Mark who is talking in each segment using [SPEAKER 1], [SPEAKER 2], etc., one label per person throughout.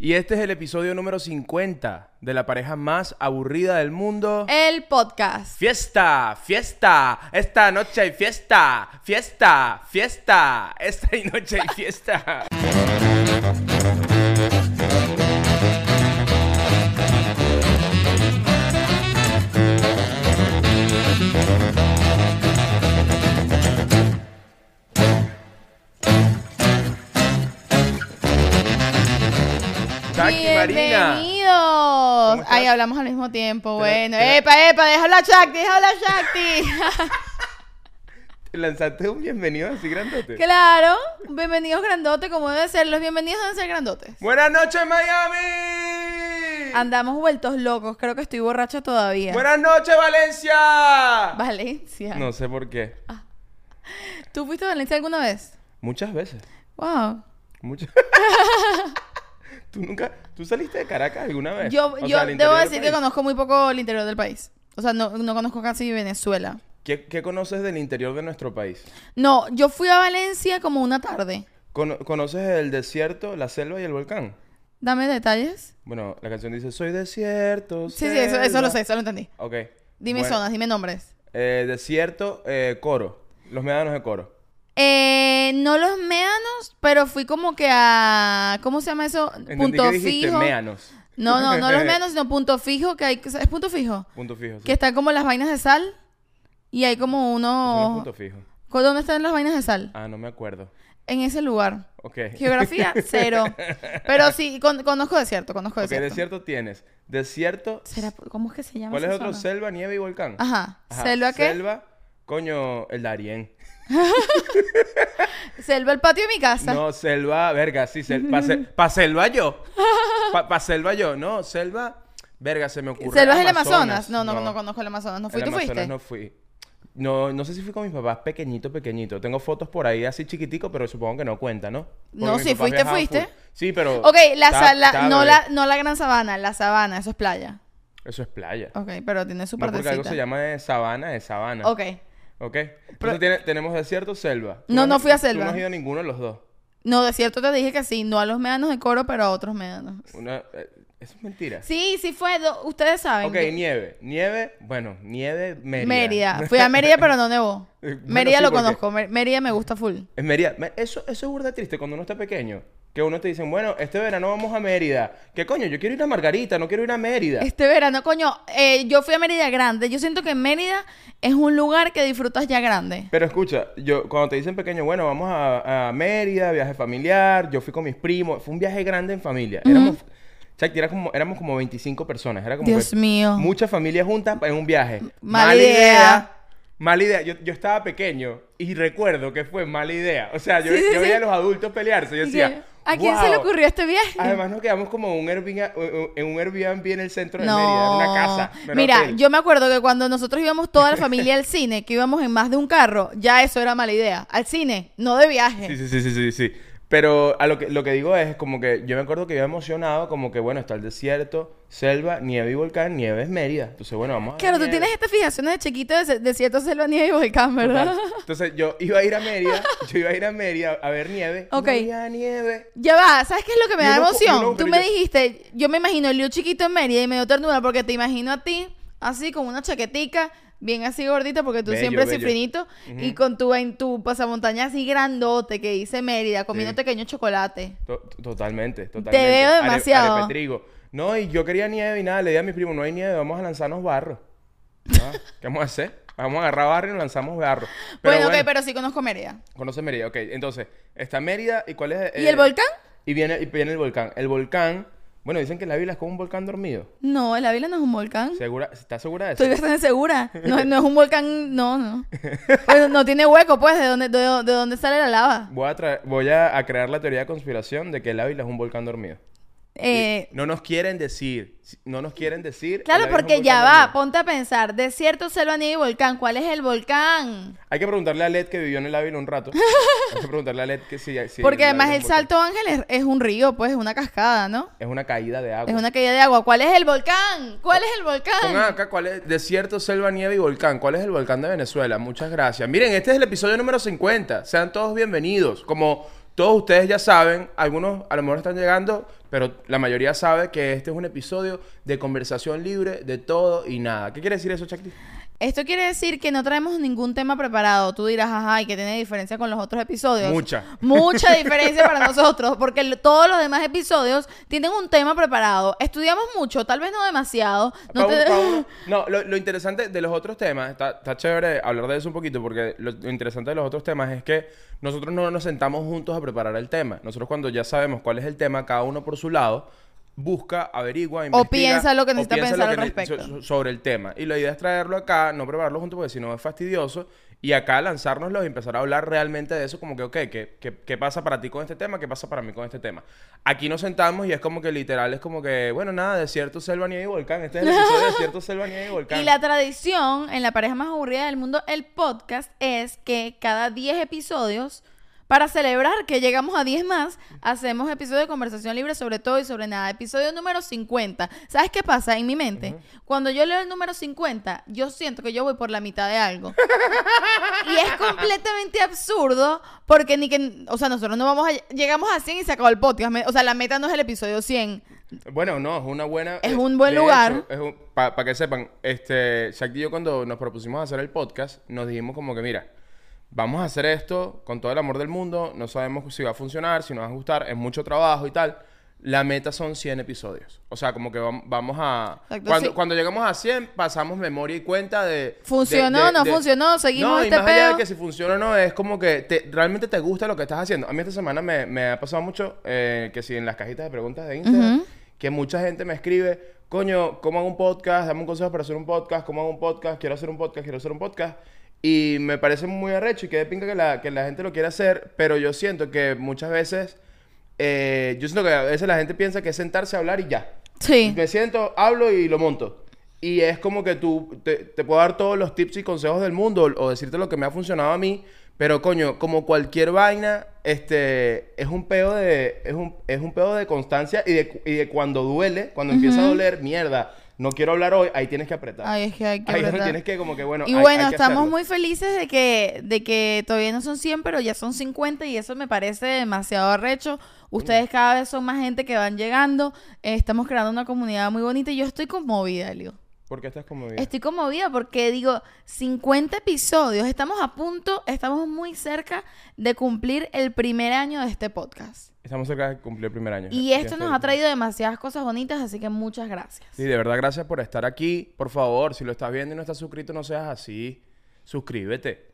[SPEAKER 1] Y este es el episodio número 50 de la pareja más aburrida del mundo.
[SPEAKER 2] El podcast.
[SPEAKER 1] Fiesta, fiesta, esta noche hay fiesta, fiesta, fiesta, esta noche hay fiesta. Taki Marina.
[SPEAKER 2] Bienvenidos.
[SPEAKER 1] estás?
[SPEAKER 2] Ahí hablamos al mismo
[SPEAKER 1] Te la-
[SPEAKER 2] tiempo. Bueno,
[SPEAKER 1] te la-
[SPEAKER 2] epa, epa, déjalo a Shakti, déjalo a Shakti.
[SPEAKER 1] Lanzaste un bienvenido así grandote.
[SPEAKER 2] claro. Bienvenidos grandote, como debe ser. Los bienvenidos deben ser grandotes.
[SPEAKER 1] Buenas noches, Miami.
[SPEAKER 2] Andamos vueltos locos. Creo que estoy borracha todavía.
[SPEAKER 1] Buenas noches, Valencia.
[SPEAKER 2] Valencia.
[SPEAKER 1] No sé por qué.
[SPEAKER 2] ¿Tú fuiste a Valencia alguna vez?
[SPEAKER 1] Muchas veces.
[SPEAKER 2] Wow.
[SPEAKER 1] Muchas. ¿Tú nunca. ¿Tú saliste de Caracas alguna vez?
[SPEAKER 2] Yo,
[SPEAKER 1] O
[SPEAKER 2] yo
[SPEAKER 1] sea, al
[SPEAKER 2] debo
[SPEAKER 1] interior del
[SPEAKER 2] decir que
[SPEAKER 1] país.
[SPEAKER 2] conozco muy poco el interior del país. O sea, no, no conozco casi Venezuela.
[SPEAKER 1] ¿Qué, qué conoces del interior de nuestro país?
[SPEAKER 2] No, yo fui a Valencia como una tarde.
[SPEAKER 1] Cono- ¿Conoces el desierto, la selva y el volcán?
[SPEAKER 2] Dame detalles.
[SPEAKER 1] Bueno, la canción dice: Soy desierto.
[SPEAKER 2] Sí, sí, eso, eso lo sé,
[SPEAKER 1] selva".
[SPEAKER 2] eso lo entendí.
[SPEAKER 1] Ok.
[SPEAKER 2] Dime
[SPEAKER 1] Bueno,
[SPEAKER 2] zonas, dime nombres.
[SPEAKER 1] eh, desierto, eh, coro. Los médanos de coro.
[SPEAKER 2] Eh, no los médanos, pero fui como que a... ¿Cómo se llama eso?
[SPEAKER 1] Entendí
[SPEAKER 2] punto
[SPEAKER 1] que dijiste
[SPEAKER 2] fijo.
[SPEAKER 1] médanos.
[SPEAKER 2] No, no, no los médanos, sino punto fijo, que hay... ¿Es punto fijo?
[SPEAKER 1] Punto fijo. sí.
[SPEAKER 2] Que están como las vainas de sal y hay como
[SPEAKER 1] Son los
[SPEAKER 2] uno...
[SPEAKER 1] puntos fijos.
[SPEAKER 2] ¿Dónde están las vainas de sal?
[SPEAKER 1] Ah, no me acuerdo.
[SPEAKER 2] En ese lugar.
[SPEAKER 1] Ok.
[SPEAKER 2] Geografía, cero. Pero sí, con- conozco desierto, conozco
[SPEAKER 1] Ok,
[SPEAKER 2] desierto.
[SPEAKER 1] desierto tienes. Desierto.
[SPEAKER 2] ¿Será- ¿Cómo es que se llama
[SPEAKER 1] ¿Cuál es
[SPEAKER 2] esa
[SPEAKER 1] otro?
[SPEAKER 2] zona?
[SPEAKER 1] Selva, nieve y volcán.
[SPEAKER 2] Ajá.
[SPEAKER 1] Ajá,
[SPEAKER 2] ¿Selva qué? Selva.
[SPEAKER 1] Selva, coño, el Darién.
[SPEAKER 2] el patio de mi casa.
[SPEAKER 1] No, selva, verga, sí, sel, pa, sel- pa selva yo. Pa, pa selva yo, no, selva, verga, se me ocurre.
[SPEAKER 2] ¿Selva es el Amazonas? No, no, no,
[SPEAKER 1] conozco.
[SPEAKER 2] conozco el Amazonas. ¿No fui?
[SPEAKER 1] el
[SPEAKER 2] ¿Tú
[SPEAKER 1] Amazonas
[SPEAKER 2] fuiste?
[SPEAKER 1] no fui. No, no sé si fui con mis papás pequeñito, pequeñito. Tengo fotos por ahí así chiquitico, pero supongo que no cuenta, ¿no? Porque
[SPEAKER 2] No,
[SPEAKER 1] mis
[SPEAKER 2] sí,
[SPEAKER 1] papás
[SPEAKER 2] fuiste,
[SPEAKER 1] viajaban
[SPEAKER 2] fuiste.
[SPEAKER 1] full. Sí, pero.
[SPEAKER 2] Ok, la,
[SPEAKER 1] estaba-
[SPEAKER 2] sa- la-
[SPEAKER 1] estaba
[SPEAKER 2] no,
[SPEAKER 1] bebé.
[SPEAKER 2] la, no la gran sabana, la sabana, eso es playa.
[SPEAKER 1] Eso es playa.
[SPEAKER 2] Ok, pero tiene su
[SPEAKER 1] No, porque
[SPEAKER 2] partecita.
[SPEAKER 1] algo se llama de sabana, de sabana.
[SPEAKER 2] Ok.
[SPEAKER 1] ¿Ok? Entonces tiene- tenemos desierto, selva. Tú
[SPEAKER 2] No, no
[SPEAKER 1] has-
[SPEAKER 2] fui a
[SPEAKER 1] Tú no
[SPEAKER 2] selva.
[SPEAKER 1] has ido a ninguno de los dos.
[SPEAKER 2] No, de cierto te dije que sí, no a los médanos de coro, pero a otros médanos.
[SPEAKER 1] Una, eh, eso es mentira.
[SPEAKER 2] Sí, sí fue, do- ustedes saben.
[SPEAKER 1] ok,
[SPEAKER 2] yo-
[SPEAKER 1] nieve. Nieve, bueno, nieve, Mérida.
[SPEAKER 2] Mérida. Fui a Mérida, pero no nevó.
[SPEAKER 1] Eh, bueno,
[SPEAKER 2] Mérida
[SPEAKER 1] sí,
[SPEAKER 2] lo
[SPEAKER 1] porque-
[SPEAKER 2] conozco, Mer- Mérida me gusta full.
[SPEAKER 1] Es Mérida. Me- Eso, eso es burda triste cuando uno está pequeño. Que uno te dicen, bueno, este verano vamos a Mérida. ¿Qué coño? Yo quiero ir a Margarita, no quiero ir a Mérida.
[SPEAKER 2] Este verano, coño, eh, yo fui a Mérida grande. Yo siento que Mérida es un lugar que disfrutas ya grande.
[SPEAKER 1] Pero escucha, yo cuando te dicen pequeño, bueno, vamos a, a Mérida, viaje familiar, yo fui con mis primos, fue un viaje grande en familia. Éramos, Chakti, era como, éramos como 25 personas, era como
[SPEAKER 2] Dios
[SPEAKER 1] que
[SPEAKER 2] mío.
[SPEAKER 1] muchas familias juntas en un viaje.
[SPEAKER 2] Mala idea.
[SPEAKER 1] Mala idea. Yo, yo estaba pequeño y recuerdo que fue mala idea. O sea, yo,
[SPEAKER 2] Sí, sí,
[SPEAKER 1] yo veía
[SPEAKER 2] sí.
[SPEAKER 1] a los adultos pelearse. Yo
[SPEAKER 2] Y
[SPEAKER 1] decía,
[SPEAKER 2] que, ¿A quién se le
[SPEAKER 1] "Wow".
[SPEAKER 2] ocurrió este viaje?
[SPEAKER 1] Además nos quedamos como en un Airbnb, en un Airbnb en el centro de Mérida, en una casa. no era
[SPEAKER 2] Mira,
[SPEAKER 1] hotel.
[SPEAKER 2] yo me acuerdo que cuando nosotros íbamos toda la familia al cine, que íbamos en más de un carro, ya eso era mala idea. Al cine, no de viaje.
[SPEAKER 1] Sí, sí, sí, sí, sí, sí. Pero a lo que, lo que digo es como que yo me acuerdo que iba emocionado, como que bueno, está el desierto, selva, nieve y volcán, nieve es Mérida. Entonces, bueno, vamos a la
[SPEAKER 2] Claro, tú
[SPEAKER 1] nieve.
[SPEAKER 2] tienes estas fijaciones de chiquito de, se- de cierto selva, nieve y volcán, ¿verdad?
[SPEAKER 1] Total. Entonces, yo iba a ir a Mérida, yo iba a ir a Mérida a ver nieve.
[SPEAKER 2] Ok.
[SPEAKER 1] No había nieve.
[SPEAKER 2] Ya va, ¿sabes qué es lo que me
[SPEAKER 1] Y
[SPEAKER 2] da
[SPEAKER 1] uno co- y
[SPEAKER 2] emoción?
[SPEAKER 1] uno
[SPEAKER 2] Tú
[SPEAKER 1] con
[SPEAKER 2] me
[SPEAKER 1] ellos.
[SPEAKER 2] dijiste, yo me imagino el lío chiquito en Mérida y me dio ternura porque te imagino a ti así con una chaquetica, bien así gordita porque tú
[SPEAKER 1] Bello,
[SPEAKER 2] siempre
[SPEAKER 1] bello.
[SPEAKER 2] cifrinito y con tu en tu pasamontañas así grandote que dice Mérida comiendo
[SPEAKER 1] Sí.
[SPEAKER 2] pequeño chocolate.
[SPEAKER 1] To- to- totalmente, totalmente.
[SPEAKER 2] veo
[SPEAKER 1] Are-
[SPEAKER 2] demasiado.
[SPEAKER 1] arepe trigo. No, y yo quería nieve y nada, le dije a mi primo, no hay nieve, vamos a lanzarnos barro. Ah, ¿Qué vamos a hacer? Vamos a agarrar barro y nos lanzamos barro. Pero
[SPEAKER 2] bueno,
[SPEAKER 1] bueno,
[SPEAKER 2] ok, pero sí conozco Mérida.
[SPEAKER 1] Conoce Mérida, ok. Entonces, está Mérida y cuál es...
[SPEAKER 2] ¿Y
[SPEAKER 1] eh,
[SPEAKER 2] el volcán?
[SPEAKER 1] Y viene, y viene el volcán. El volcán, bueno, dicen que la Biblia es como un volcán dormido.
[SPEAKER 2] No, el Ávila no es un volcán.
[SPEAKER 1] ¿Segura, ¿Estás segura de eso?
[SPEAKER 2] Estoy bastante segura. No, no es un volcán, no, no. Pues no tiene hueco, pues, ¿de dónde, de, de dónde sale la lava?
[SPEAKER 1] Voy, a traer- voy a, a crear la teoría de conspiración de que el Ávila es un volcán dormido.
[SPEAKER 2] Eh,
[SPEAKER 1] No nos quieren decir. si- No nos quieren decir. el
[SPEAKER 2] Claro,
[SPEAKER 1] Ávila es un
[SPEAKER 2] porque
[SPEAKER 1] volcán
[SPEAKER 2] ya va,
[SPEAKER 1] dormido.
[SPEAKER 2] ponte a pensar, desierto, selva, nieve y volcán, ¿cuál es el volcán?
[SPEAKER 1] Hay que preguntarle a Led que vivió en el Ávila un rato. Hay que preguntarle a Led que si... si
[SPEAKER 2] porque
[SPEAKER 1] el Ávila
[SPEAKER 2] además
[SPEAKER 1] es
[SPEAKER 2] el
[SPEAKER 1] un volcán.
[SPEAKER 2] Salto Ángel es, es un río, pues, es una cascada, ¿no?
[SPEAKER 1] Es una caída de agua.
[SPEAKER 2] Es una caída de agua. ¿Cuál es el volcán? ¿Cuál es el
[SPEAKER 1] Pongan
[SPEAKER 2] volcán?
[SPEAKER 1] acá cuál es desierto, selva, nieve y volcán. ¿Cuál es el volcán de Venezuela? Muchas gracias. Miren, este es el episodio número 50. Sean todos bienvenidos. Como todos ustedes ya saben, algunos a lo mejor están llegando, Pero la mayoría sabe que este es un episodio de conversación libre de todo y nada. ¿Qué quiere decir eso, Chakti?
[SPEAKER 2] Esto quiere decir que no traemos ningún tema preparado. Tú dirás, ajá, y que tiene diferencia con los otros episodios.
[SPEAKER 1] Mucha.
[SPEAKER 2] Mucha diferencia para nosotros, porque el- todos los demás episodios tienen un tema preparado. Estudiamos mucho, tal vez no demasiado.
[SPEAKER 1] Pa'
[SPEAKER 2] No
[SPEAKER 1] un-
[SPEAKER 2] te-
[SPEAKER 1] pa' uno. No, lo, lo interesante de los otros temas, está, está chévere hablar de eso un poquito, porque lo, lo interesante de los otros temas es que nosotros no nos sentamos juntos a preparar el tema. Nosotros cuando ya sabemos cuál es el tema, cada uno por su lado, busca, averigua, investiga.
[SPEAKER 2] piensa lo que necesita
[SPEAKER 1] piensa
[SPEAKER 2] pensar
[SPEAKER 1] lo
[SPEAKER 2] al
[SPEAKER 1] ne- so-
[SPEAKER 2] respecto.
[SPEAKER 1] so- sobre el tema. Y la idea es traerlo acá, no prepararlo juntos, porque si no es fastidioso. Y acá lanzárnoslo y empezar a hablar realmente de eso, como que, ok, ¿qué, qué, qué pasa para ti con este tema? ¿Qué pasa para mí con este tema? Aquí nos sentamos y es como que literal, es como que, bueno, nada, desierto, selva, nieve y volcán. Este es el episodio de desierto, selva, nieve y volcán.
[SPEAKER 2] Y la tradición en la pareja más aburrida del mundo, el podcast, es que cada 10 episodios, para celebrar que llegamos a 10 más, hacemos episodios de conversación libre sobre todo y sobre nada. Episodio número 50. ¿Sabes qué pasa en mi mente? Cuando yo leo el número 50, yo siento que yo voy por la mitad de algo. y es completamente absurdo porque ni que, o sea, nosotros no vamos a llegamos a 100 y se acabó el podcast. Me- O sea, la meta no es el episodio 100.
[SPEAKER 1] Bueno, no, es una buena...
[SPEAKER 2] Es
[SPEAKER 1] eh,
[SPEAKER 2] un buen
[SPEAKER 1] de
[SPEAKER 2] lugar.
[SPEAKER 1] Para que sepan, este, Shaq y yo cuando nos propusimos hacer el podcast, nos dijimos como que, mira, vamos a hacer esto con todo el amor del mundo, no sabemos si va a funcionar, si nos va a gustar, es mucho trabajo y tal. La meta son 100 episodios. O sea, como que vam- vamos a...
[SPEAKER 2] Exacto,
[SPEAKER 1] cuando,
[SPEAKER 2] sí.
[SPEAKER 1] cuando llegamos a 100, pasamos memoria y cuenta de...
[SPEAKER 2] ¿Funcionó, no funcionó? ¿Seguimos
[SPEAKER 1] No, y
[SPEAKER 2] este
[SPEAKER 1] más allá de
[SPEAKER 2] peo?
[SPEAKER 1] que si funciona o no, es como que te- realmente te gusta lo que estás haciendo. A mí esta semana me, me ha pasado mucho eh, que si en las cajitas de preguntas de Instagram, que mucha gente me escribe, coño, ¿cómo hago un podcast? Dame un consejo para hacer un podcast, ¿cómo hago un podcast? Quiero hacer un podcast, quiero hacer un podcast. Y me parece muy arrecho y que de pinga que la, que la gente lo quiera hacer, pero yo siento que muchas veces, eh, yo siento que a veces la gente piensa que es sentarse a hablar y ya.
[SPEAKER 2] Sí.
[SPEAKER 1] Me siento, hablo y lo monto. Y es como que tú te, te puedo dar todos los tips y consejos del mundo o, o decirte lo que me ha funcionado a mí, pero coño, como cualquier vaina, este es un peo de es un, es un peo de constancia y de, cu- y de cuando duele, cuando empieza a doler, mierda, no quiero hablar hoy, ahí tienes que apretar.
[SPEAKER 2] Ay, es que hay que
[SPEAKER 1] ahí es donde
[SPEAKER 2] apretar.
[SPEAKER 1] tienes que como que bueno,
[SPEAKER 2] y
[SPEAKER 1] hay-
[SPEAKER 2] bueno,
[SPEAKER 1] hay que
[SPEAKER 2] estamos
[SPEAKER 1] hacerlo.
[SPEAKER 2] muy felices de que, de que todavía no son 100, pero ya son 50 y eso me parece demasiado arrecho.
[SPEAKER 1] Mm.
[SPEAKER 2] Ustedes cada vez son más gente que van llegando. Eh, estamos creando una comunidad muy bonita y yo estoy conmovida, Leo.
[SPEAKER 1] porque estás como
[SPEAKER 2] Estoy conmovida porque digo, 50 episodios, estamos a punto, estamos muy cerca de cumplir el primer año de este podcast.
[SPEAKER 1] Estamos cerca de cumplir el primer año.
[SPEAKER 2] Y
[SPEAKER 1] Ya
[SPEAKER 2] esto nos
[SPEAKER 1] estoy-
[SPEAKER 2] ha traído demasiadas cosas bonitas, así que muchas gracias.
[SPEAKER 1] Sí, de verdad, gracias por estar aquí. Por favor, si lo estás viendo y no estás suscrito, no seas así. Suscríbete.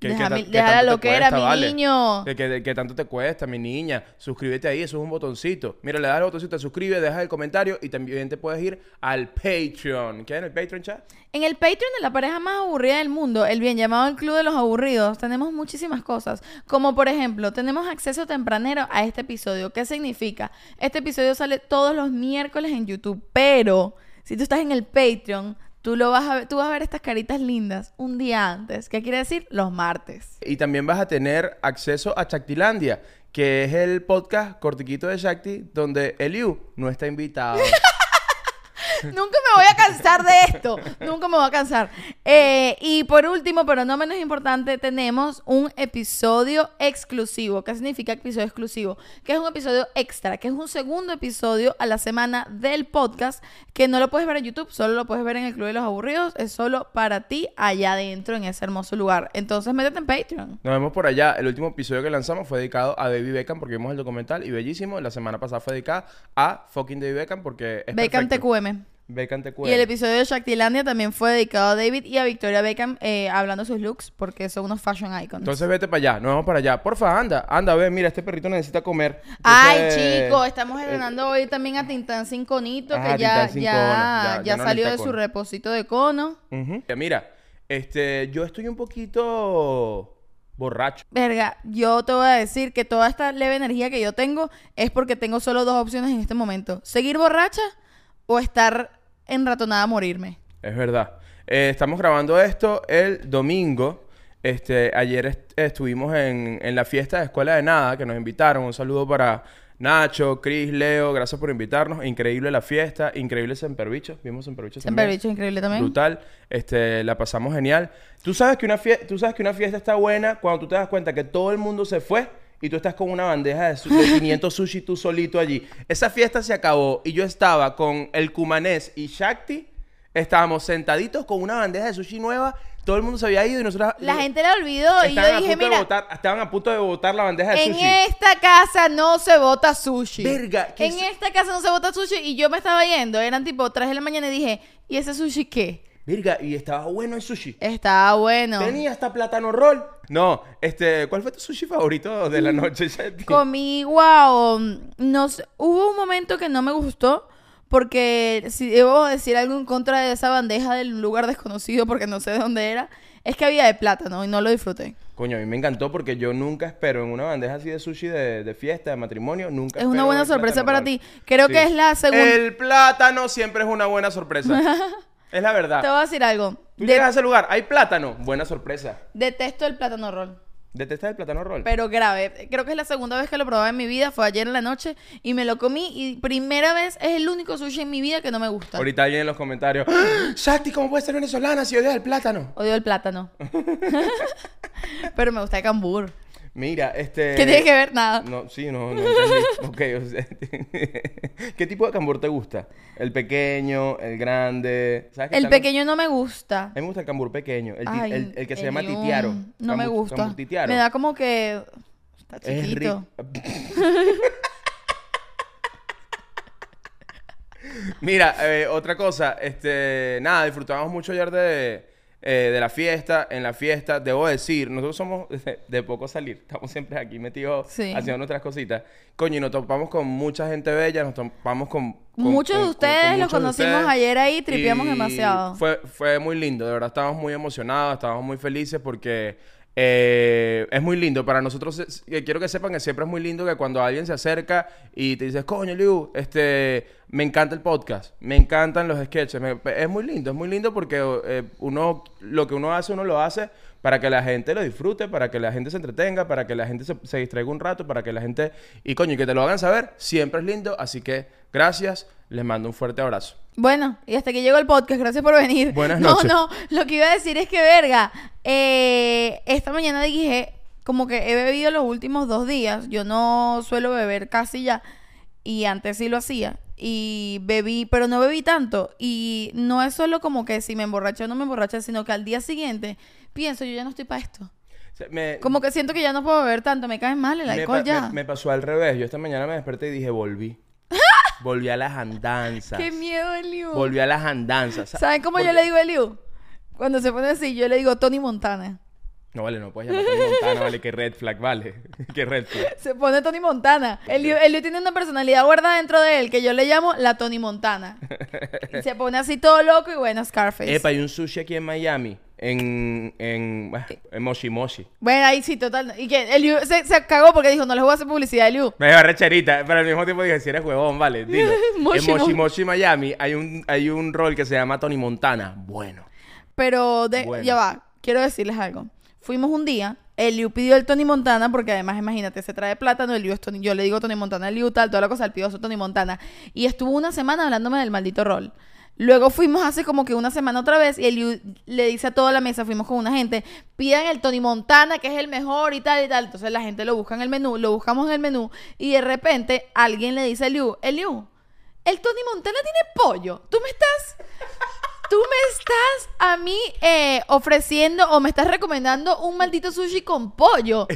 [SPEAKER 2] Deja
[SPEAKER 1] ta-
[SPEAKER 2] mi- deja la
[SPEAKER 1] tanto te
[SPEAKER 2] loquera, mi niño.
[SPEAKER 1] De que, de que tanto te cuesta, mi niña. Suscríbete ahí, eso es un botoncito. Mira, le das al botoncito, te suscribes, dejas el comentario y también te puedes ir al Patreon. ¿Qué hay en el Patreon, chat?
[SPEAKER 2] En el Patreon de la pareja más aburrida del mundo, el bien llamado el Club de los Aburridos, tenemos muchísimas cosas. Como por ejemplo, tenemos acceso tempranero a este episodio. ¿Qué significa? Este episodio sale todos los miércoles en YouTube, pero si tú estás en el Patreon, tú, lo vas, a ver, tú vas a ver estas caritas lindas un día antes. ¿Qué quiere decir? Los martes.
[SPEAKER 1] Y también vas a tener acceso a Chactilandia, que es el podcast cortiquito de Shakti, donde Eliu no está invitado.
[SPEAKER 2] Nunca me voy a cansar de esto. Nunca me voy a cansar. Eh, y por último, pero no menos importante, tenemos un episodio exclusivo. ¿Qué significa episodio exclusivo? Que es un episodio extra, que es un segundo episodio a la semana del podcast, que no lo puedes ver en YouTube, solo lo puedes ver en el Club de los Aburridos. Es solo para ti allá adentro, en ese hermoso lugar. Entonces, métete en Patreon.
[SPEAKER 1] Nos vemos por allá. El último episodio que lanzamos fue dedicado a Baby Beckham porque vimos el documental y bellísimo. La semana pasada fue dedicada a fucking Baby Beckham porque es
[SPEAKER 2] Beckham
[SPEAKER 1] perfecto.
[SPEAKER 2] TQM.
[SPEAKER 1] Beckham te
[SPEAKER 2] Y el episodio de Shaktilandia también fue dedicado a David y a Victoria Beckham eh, hablando sus looks, porque son unos fashion icons.
[SPEAKER 1] Entonces vete para allá, nos vamos para allá. Porfa, anda, anda, ve, mira, este perrito necesita comer.
[SPEAKER 2] Ay,
[SPEAKER 1] Entonces, eh,
[SPEAKER 2] chicos, estamos estrenando hoy también a Tintán sin conito, que
[SPEAKER 1] Ah,
[SPEAKER 2] ya,
[SPEAKER 1] Tintán sin
[SPEAKER 2] ya,
[SPEAKER 1] cono,
[SPEAKER 2] ya,
[SPEAKER 1] ya, ya no
[SPEAKER 2] salió
[SPEAKER 1] necesita
[SPEAKER 2] de su
[SPEAKER 1] cono.
[SPEAKER 2] reposito de cono.
[SPEAKER 1] Ujú. Ya, Mira, este, yo estoy un poquito borracho.
[SPEAKER 2] Verga, yo te voy a decir que toda esta leve energía que yo tengo es porque tengo solo dos opciones en este momento. Seguir borracha o estar enratonada a morirme.
[SPEAKER 1] Es verdad. Eh, estamos grabando esto el domingo. Este, ayer est- estuvimos en, en la fiesta de Escuela de Nada, que nos invitaron. Un saludo para Nacho, Chris, Leo, gracias por invitarnos. Increíble la fiesta, increíble Semperbicho. Vimos Semperbicho
[SPEAKER 2] Siempre
[SPEAKER 1] también.
[SPEAKER 2] he dicho increíble también.
[SPEAKER 1] Brutal, este, la pasamos genial. Tú sabes que una fiesta, tú sabes que una fiesta está buena cuando tú te das cuenta que todo el mundo se fue y tú estás con una bandeja de, su- de 500 sushi tú solito allí. Esa fiesta se acabó y yo estaba con el cumanés y Shakti. Estábamos sentaditos con una bandeja de sushi nueva. Todo el mundo se había ido y nosotros...
[SPEAKER 2] La gente la olvidó y yo
[SPEAKER 1] estaban a
[SPEAKER 2] dije,
[SPEAKER 1] punto de
[SPEAKER 2] mira,
[SPEAKER 1] botar- estaban a punto de botar la bandeja de
[SPEAKER 2] en
[SPEAKER 1] sushi.
[SPEAKER 2] esta casa no se bota sushi.
[SPEAKER 1] Verga, ¿qué
[SPEAKER 2] En
[SPEAKER 1] es-
[SPEAKER 2] esta casa no se bota sushi y yo me estaba yendo. Eran tipo 3 de la mañana y dije, ¿y ese sushi qué?
[SPEAKER 1] Verga, y estaba bueno el sushi.
[SPEAKER 2] Eh, Estaba bueno.
[SPEAKER 1] Tenía hasta plátano roll. No, este, ¿cuál fue tu sushi favorito de la
[SPEAKER 2] Mm,
[SPEAKER 1] noche, Shanti?
[SPEAKER 2] Comí, wow. Nos, hubo un momento que no me gustó. Porque si debo decir algo en contra de esa bandeja del lugar desconocido, porque no sé de dónde era, es que había de plátano y no lo disfruté.
[SPEAKER 1] Coño, a mí me encantó porque yo nunca espero en una bandeja así de sushi de, de fiesta, de matrimonio, nunca
[SPEAKER 2] Es una
[SPEAKER 1] espero
[SPEAKER 2] buena
[SPEAKER 1] el
[SPEAKER 2] sorpresa
[SPEAKER 1] plátano
[SPEAKER 2] para
[SPEAKER 1] roll.
[SPEAKER 2] ti. Creo que es la segunda-
[SPEAKER 1] El plátano siempre es una buena sorpresa. es la
[SPEAKER 2] Te
[SPEAKER 1] verdad.
[SPEAKER 2] voy a decir algo.
[SPEAKER 1] Tú
[SPEAKER 2] De-
[SPEAKER 1] llegas a ese lugar, hay plátano, buena sorpresa.
[SPEAKER 2] detesto el plátano roll.
[SPEAKER 1] ¿Detestas el plátano roll?
[SPEAKER 2] Pero grave. Creo que es la segunda vez que lo probaba en mi vida. Fue ayer en la noche y me lo comí. Y primera vez es el único sushi en mi vida que no me gusta.
[SPEAKER 1] Ahorita alguien en los comentarios, ¡Ah! Shakti, ¿cómo puedes ser venezolana si odias el plátano?
[SPEAKER 2] Odio el plátano. Pero me gusta el cambur.
[SPEAKER 1] Mira, este...
[SPEAKER 2] ¿Qué tiene que ver? Nada.
[SPEAKER 1] No, sí, no, no entendí. Ok, o sea, ¿Qué tipo de cambur te gusta? ¿El pequeño, el grande? ¿Sabes que
[SPEAKER 2] El
[SPEAKER 1] están los-
[SPEAKER 2] pequeño no me gusta.
[SPEAKER 1] A mí me gusta el cambur pequeño, el, ti-
[SPEAKER 2] Ay,
[SPEAKER 1] el- el que se
[SPEAKER 2] el
[SPEAKER 1] llama
[SPEAKER 2] yum.
[SPEAKER 1] titiaro.
[SPEAKER 2] No me
[SPEAKER 1] Cambur-
[SPEAKER 2] gusta.
[SPEAKER 1] cambur titiaro.
[SPEAKER 2] Me da como que. Está
[SPEAKER 1] Es
[SPEAKER 2] chiquito.
[SPEAKER 1] ri- Mira, eh, otra cosa, este, nada, disfrutamos mucho ayer de, eh, de la fiesta, en la fiesta, debo decir, nosotros somos de, de poco salir, estamos siempre aquí metidos
[SPEAKER 2] Sí.
[SPEAKER 1] haciendo nuestras cositas. Coño, y nos topamos con mucha gente bella, nos topamos con... con-
[SPEAKER 2] Muchos de
[SPEAKER 1] con- con- con
[SPEAKER 2] ustedes los
[SPEAKER 1] muchos de
[SPEAKER 2] conocimos ayer ahí, tripeamos
[SPEAKER 1] y
[SPEAKER 2] demasiado.
[SPEAKER 1] Fue, fue muy lindo, de verdad estábamos muy emocionados, estábamos muy felices porque eh, es muy lindo. Para nosotros, es- eh, quiero que sepan que siempre es muy lindo que cuando alguien se acerca y te dices, coño, Liu, este, me encanta el podcast, me encantan los sketches. me- es muy lindo, es muy lindo porque eh, uno, lo que uno hace, uno lo hace para que la gente lo disfrute, para que la gente se entretenga, para que la gente se, se distraiga un rato, para que la gente... Y coño, y que te lo hagan saber, siempre es lindo. Así que gracias, les mando un fuerte abrazo.
[SPEAKER 2] Bueno, y hasta aquí llegó el podcast. Gracias por venir.
[SPEAKER 1] Buenas
[SPEAKER 2] no,
[SPEAKER 1] noches.
[SPEAKER 2] No, lo que iba a decir es que, verga, eh, esta mañana dije, como que he bebido los últimos dos días. Yo no suelo beber casi ya. Y antes sí lo hacía. Y bebí, pero no bebí tanto. Y no es solo como que si me emborracho o no me emborracho, sino que al día siguiente pienso, yo ya no estoy para esto.
[SPEAKER 1] Se- me-
[SPEAKER 2] Como que siento que ya no puedo beber tanto, me cae mal el
[SPEAKER 1] me
[SPEAKER 2] alcohol
[SPEAKER 1] pa-
[SPEAKER 2] oh, ya.
[SPEAKER 1] me- me pasó al revés. Yo esta mañana me desperté y dije, volví. volví a las andanzas.
[SPEAKER 2] Qué miedo, Eliu.
[SPEAKER 1] Volví a las andanzas. Sa-
[SPEAKER 2] ¿Saben cómo yo
[SPEAKER 1] porque-
[SPEAKER 2] le digo a Eliu? Cuando se pone así, yo le digo Tony Montana.
[SPEAKER 1] No, vale, no puedes llamar a Tony Montana, vale, que red flag, vale. que red flag.
[SPEAKER 2] Se pone Tony Montana. Elio, Elio tiene una personalidad guardada dentro de él que yo le llamo la Tony Montana. Y se pone así todo loco y bueno, Scarface.
[SPEAKER 1] Epa, hay un sushi aquí en Miami. En, en, ah,
[SPEAKER 2] Eh.
[SPEAKER 1] en Moshi Moshi.
[SPEAKER 2] Bueno, ahí sí, total. Y que Elio se, se cagó porque dijo, no les voy a hacer publicidad, Elio.
[SPEAKER 1] Me dio recherita, pero al mismo tiempo dije, si eres huevón, vale, dilo.
[SPEAKER 2] Moshi
[SPEAKER 1] en Moshi
[SPEAKER 2] Moshi.
[SPEAKER 1] Moshi Miami hay un, hay un rol que se llama Tony Montana. Bueno.
[SPEAKER 2] Pero de-
[SPEAKER 1] Bueno.
[SPEAKER 2] ya va, quiero decirles algo. Fuimos un día, Eliu pidió el Tony Montana, porque además, imagínate, se trae plátano, Eliu es Tony- yo le digo Tony Montana, Eliu tal, toda la cosa, el pidió su Tony Montana. Y estuvo una semana hablándome del maldito rol. Luego fuimos hace como que una semana otra vez y Eliu le dice a toda la mesa, fuimos con una gente, pidan el Tony Montana, que es el mejor y tal y tal. Entonces la gente lo busca en el menú, lo buscamos en el menú y de repente alguien le dice a Eliu, Eliu, el Tony Montana tiene pollo. Tú me estás Tú me estás a mí eh, ofreciendo o me estás recomendando un maldito sushi con pollo.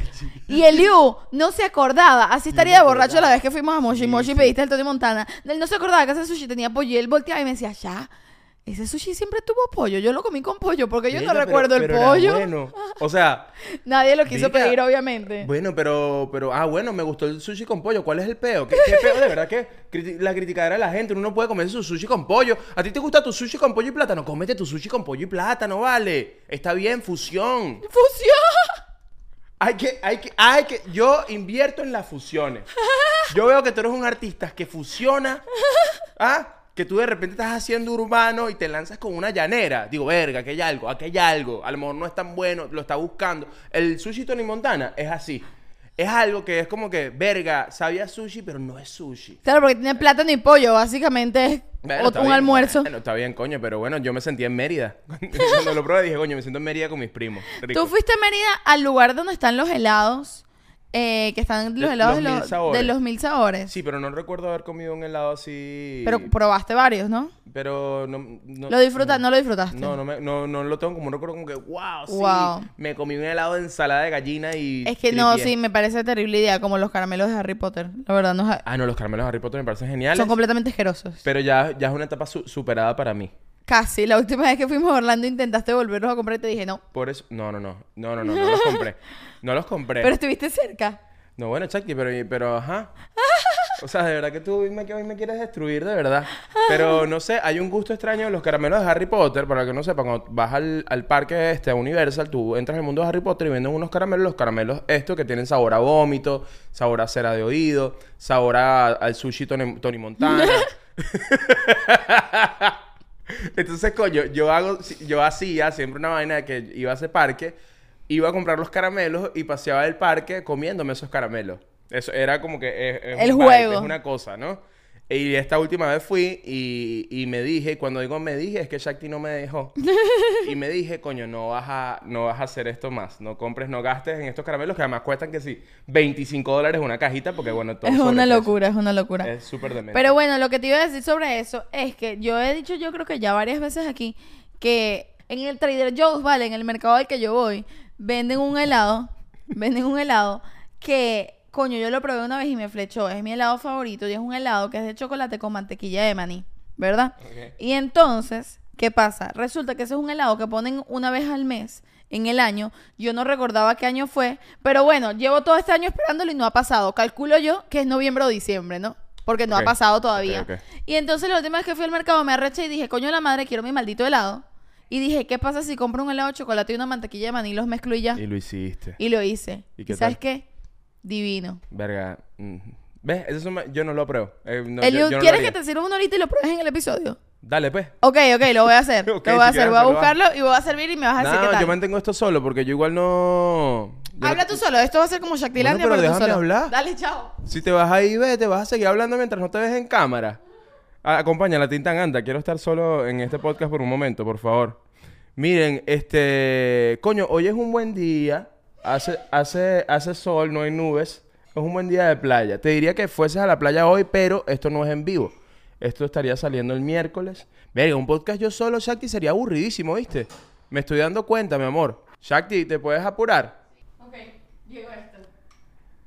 [SPEAKER 2] Y Eliu no se acordaba. Así estaría de borracho la vez que fuimos a Moshi Moshi y pediste el Tony Montana. Él no se acordaba que ese sushi tenía pollo. Y él volteaba y me decía, ya, ese sushi siempre tuvo pollo. Yo lo comí con pollo porque yo no
[SPEAKER 1] Verga, pero-
[SPEAKER 2] recuerdo el
[SPEAKER 1] pero era
[SPEAKER 2] pollo.
[SPEAKER 1] Bueno. O sea,
[SPEAKER 2] Nadie lo quiso
[SPEAKER 1] Verga.
[SPEAKER 2] pedir, obviamente.
[SPEAKER 1] Bueno, pero, pero, ah, bueno, me gustó el sushi con pollo. ¿Cuál es el peo? ¿Qué, qué peo de verdad que criti- la criticadera de la gente? Uno no puede comerse su sushi con pollo. ¿A ti te gusta tu sushi con pollo y plátano? Cómete tu sushi con pollo y plátano, vale. Está bien, fusión.
[SPEAKER 2] ¡Fusión!
[SPEAKER 1] Hay que, hay que, hay que, yo invierto en las fusiones. Yo veo que tú eres un artista que fusiona, ¿ah? Que tú de repente estás haciendo urbano y te lanzas con una llanera. Digo, verga, aquí hay algo, aquí hay algo. A lo mejor no es tan bueno, lo está buscando. El sushi Tony Montana es así. Es algo que es como que, verga, sabía sushi, pero no es sushi.
[SPEAKER 2] Claro, porque tiene plátano y pollo. Básicamente es
[SPEAKER 1] Bueno,
[SPEAKER 2] ot-
[SPEAKER 1] está
[SPEAKER 2] un
[SPEAKER 1] bien,
[SPEAKER 2] almuerzo.
[SPEAKER 1] Bueno, está bien, coño, pero bueno, yo me sentía en Mérida. Cuando lo probé dije, coño, me siento en Mérida con mis primos. Rico.
[SPEAKER 2] Tú fuiste a Mérida al lugar donde están los helados eh, que están los
[SPEAKER 1] De-
[SPEAKER 2] helados
[SPEAKER 1] los
[SPEAKER 2] de,
[SPEAKER 1] mil
[SPEAKER 2] los,
[SPEAKER 1] sabores.
[SPEAKER 2] de los mil sabores.
[SPEAKER 1] Sí, pero no recuerdo haber comido un helado así.
[SPEAKER 2] Pero probaste varios, ¿no?
[SPEAKER 1] Pero no. no-
[SPEAKER 2] lo disfrutas, no lo disfrutaste.
[SPEAKER 1] No, no, me- no, no lo tengo como un recuerdo como que, wow, sí,
[SPEAKER 2] Wow.
[SPEAKER 1] me comí un helado de ensalada de gallina y...
[SPEAKER 2] Es que no,
[SPEAKER 1] tripié".
[SPEAKER 2] sí, me parece terrible idea, como los caramelos de Harry Potter. La verdad, no es-
[SPEAKER 1] Ah, no, los caramelos de Harry Potter me parecen geniales.
[SPEAKER 2] son completamente asquerosos.
[SPEAKER 1] Pero ya, ya es una etapa su- superada para mí.
[SPEAKER 2] Casi, la última vez que fuimos a Orlando intentaste volverlos a comprar y te dije no.
[SPEAKER 1] Por eso... No, no, no. No, no, no, no los compré. No los compré.
[SPEAKER 2] Pero estuviste cerca.
[SPEAKER 1] No, bueno, Chucky, pero, pero ajá. O sea, de verdad que tú hoy me, que hoy me quieres destruir, de verdad. Pero no sé, hay un gusto extraño en los caramelos de Harry Potter. Para que no sepan, cuando vas al, al parque este, a Universal, tú entras al mundo de Harry Potter y venden unos caramelos, los caramelos estos que tienen sabor a vómito, sabor a cera de oído, sabor a- al sushi Tony, Tony Montana. Entonces, coño, yo hago, yo hacía siempre una vaina de que iba a ese parque, iba a comprar los caramelos y paseaba el parque comiéndome esos caramelos. Eso era como que es, es
[SPEAKER 2] El
[SPEAKER 1] un vibe,
[SPEAKER 2] juego.
[SPEAKER 1] es una cosa, ¿no? Y esta última vez fui y, y me dije, cuando digo me dije, es que Shakti no me dejó. y me dije, coño, no vas a, no vas a hacer esto más. No compres, no gastes en estos caramelos que además cuestan que sí, 25 dólares una cajita, porque bueno, todo
[SPEAKER 2] Es una
[SPEAKER 1] sobreprecio.
[SPEAKER 2] locura, es una locura.
[SPEAKER 1] Es súper demente.
[SPEAKER 2] Pero bueno, lo que te iba a decir sobre eso es que yo he dicho, yo creo que ya varias veces aquí, que en el Trader Joe's, ¿vale? En el mercado al que yo voy, venden un helado, venden un helado que, coño, yo lo probé una vez y me flechó. Es mi helado favorito y es un helado que es de chocolate con mantequilla de maní, ¿verdad?
[SPEAKER 1] Ok.
[SPEAKER 2] Y entonces, ¿qué pasa? Resulta que ese es un helado que ponen una vez al mes en el año. Yo no recordaba qué año fue, pero bueno, llevo todo este año esperándolo y no ha pasado. Calculo yo que es noviembre o diciembre, ¿no? Porque no
[SPEAKER 1] Ok.
[SPEAKER 2] ha pasado todavía.
[SPEAKER 1] Ok, ok.
[SPEAKER 2] Y entonces la última vez que fui al mercado me arreché y dije, coño la madre, quiero mi maldito helado. Y dije, ¿qué pasa si compro un helado de chocolate y una mantequilla de maní, los mezclo y ya?
[SPEAKER 1] Y
[SPEAKER 2] Y,
[SPEAKER 1] lo hiciste.
[SPEAKER 2] lo hice.
[SPEAKER 1] ¿Y
[SPEAKER 2] ¿Y,
[SPEAKER 1] qué
[SPEAKER 2] sabes
[SPEAKER 1] tal?
[SPEAKER 2] qué? Divino.
[SPEAKER 1] Verga. mm. ¿Ves? Eso es un ma- yo no lo apruebo. Eh, no,
[SPEAKER 2] Eliud,
[SPEAKER 1] yo- yo no lo
[SPEAKER 2] ¿Quieres
[SPEAKER 1] haría.
[SPEAKER 2] que te sirva uno ahorita y lo pruebes en el episodio?
[SPEAKER 1] Dale, pues.
[SPEAKER 2] Ok, ok, lo voy a hacer.
[SPEAKER 1] Ok,
[SPEAKER 2] lo voy a
[SPEAKER 1] si
[SPEAKER 2] hacer.
[SPEAKER 1] quieres
[SPEAKER 2] Voy a
[SPEAKER 1] hacerlo,
[SPEAKER 2] buscarlo y voy a servir y me vas a decir Ah, qué
[SPEAKER 1] No,
[SPEAKER 2] tal.
[SPEAKER 1] yo mantengo esto solo porque yo igual no. yo no-
[SPEAKER 2] Habla tú solo. Esto va a ser como Shaktilandia,
[SPEAKER 1] Bueno, pero
[SPEAKER 2] tú
[SPEAKER 1] déjame
[SPEAKER 2] solo.
[SPEAKER 1] hablar.
[SPEAKER 2] Dale, chao.
[SPEAKER 1] Si te vas ahí, ve, te vas a seguir hablando mientras no te ves en cámara. Ah, Acompáñala, Tintan Anda. Quiero estar solo en este podcast por un momento, por favor. Miren, este. Coño, hoy es un buen día. Hace, hace, hace sol, no hay nubes. Es un buen día de playa. Te diría que fueses a la playa hoy, pero esto no es en vivo. Esto estaría saliendo el miércoles. Verga, un podcast yo solo, Shakti, sería aburridísimo, ¿viste? Me estoy dando cuenta, mi amor. Shakti, ¿te puedes apurar?
[SPEAKER 2] Ok, llegó esto.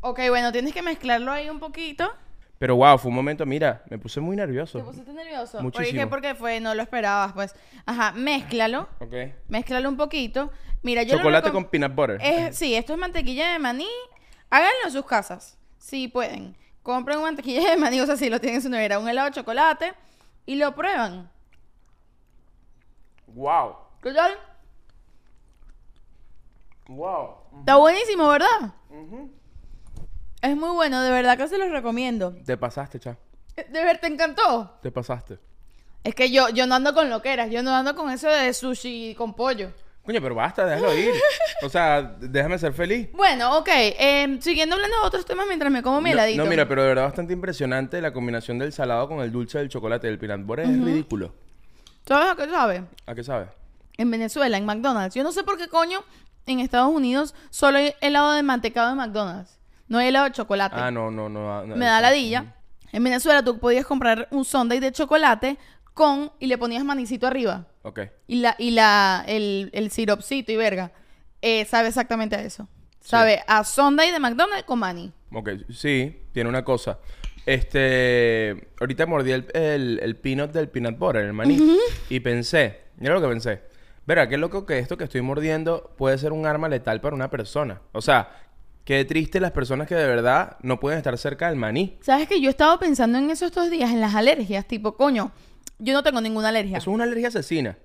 [SPEAKER 2] Ok, bueno, tienes que mezclarlo ahí un poquito.
[SPEAKER 1] Pero wow, fue un momento, mira, me puse muy nervioso.
[SPEAKER 2] Te pusiste nervioso.
[SPEAKER 1] Muchísimo.
[SPEAKER 2] Porque, porque fue, no lo esperabas, pues. Ajá, mézclalo.
[SPEAKER 1] Ok.
[SPEAKER 2] Mézclalo un poquito. Mira, yo lo
[SPEAKER 1] Chocolate
[SPEAKER 2] recom-
[SPEAKER 1] con peanut butter.
[SPEAKER 2] Es- sí, esto es mantequilla de maní. Háganlo en sus casas, si pueden. Compren mantequilla de maní, o sea, si lo tienen en su nevera, un helado de chocolate y lo prueban.
[SPEAKER 1] Wow.
[SPEAKER 2] ¿Qué tal?
[SPEAKER 1] Wow.
[SPEAKER 2] Está buenísimo, ¿verdad? Es muy bueno, de verdad que se los recomiendo.
[SPEAKER 1] Te pasaste, cha.
[SPEAKER 2] Eh, De ver, ¿te encantó?
[SPEAKER 1] Te pasaste.
[SPEAKER 2] Es que yo, yo no ando con loqueras, yo no ando con eso de sushi con pollo.
[SPEAKER 1] Coño, pero basta, déjalo ir. O sea, déjame ser feliz.
[SPEAKER 2] Bueno, ok, eh, siguiendo hablando de otros temas mientras me como mi
[SPEAKER 1] No-
[SPEAKER 2] heladito.
[SPEAKER 1] No, mira, pero de verdad bastante impresionante la combinación del salado con el dulce del chocolate del peanut butter. Es ridículo.
[SPEAKER 2] ¿Sabes a qué sabe?
[SPEAKER 1] ¿A qué sabe?
[SPEAKER 2] En Venezuela, en McDonald's. Yo no sé por qué coño en Estados Unidos solo hay helado de mantecado de McDonald's. No hay helado de chocolate.
[SPEAKER 1] Ah, no, no, no. no
[SPEAKER 2] Me da
[SPEAKER 1] eso.
[SPEAKER 2] ladilla. En Venezuela tú podías comprar un sundae de chocolate con y le ponías manicito arriba.
[SPEAKER 1] Ok.
[SPEAKER 2] Y la, y la, el, el siropcito y verga. Eh, sabe exactamente a eso. Sabe a Sunday de McDonald's con Manny.
[SPEAKER 1] Ok, sí, tiene una cosa. Este, ahorita mordí el, el, el peanut del peanut butter, el maní, y pensé, mira lo que pensé. Verá, qué loco que esto que estoy mordiendo puede ser un arma letal para una persona. O sea, qué triste las personas que de verdad no pueden estar cerca del maní.
[SPEAKER 2] ¿Sabes que Yo estaba pensando en eso estos días, en las alergias. Tipo, coño, yo no tengo ninguna alergia.
[SPEAKER 1] Eso es una alergia asesina.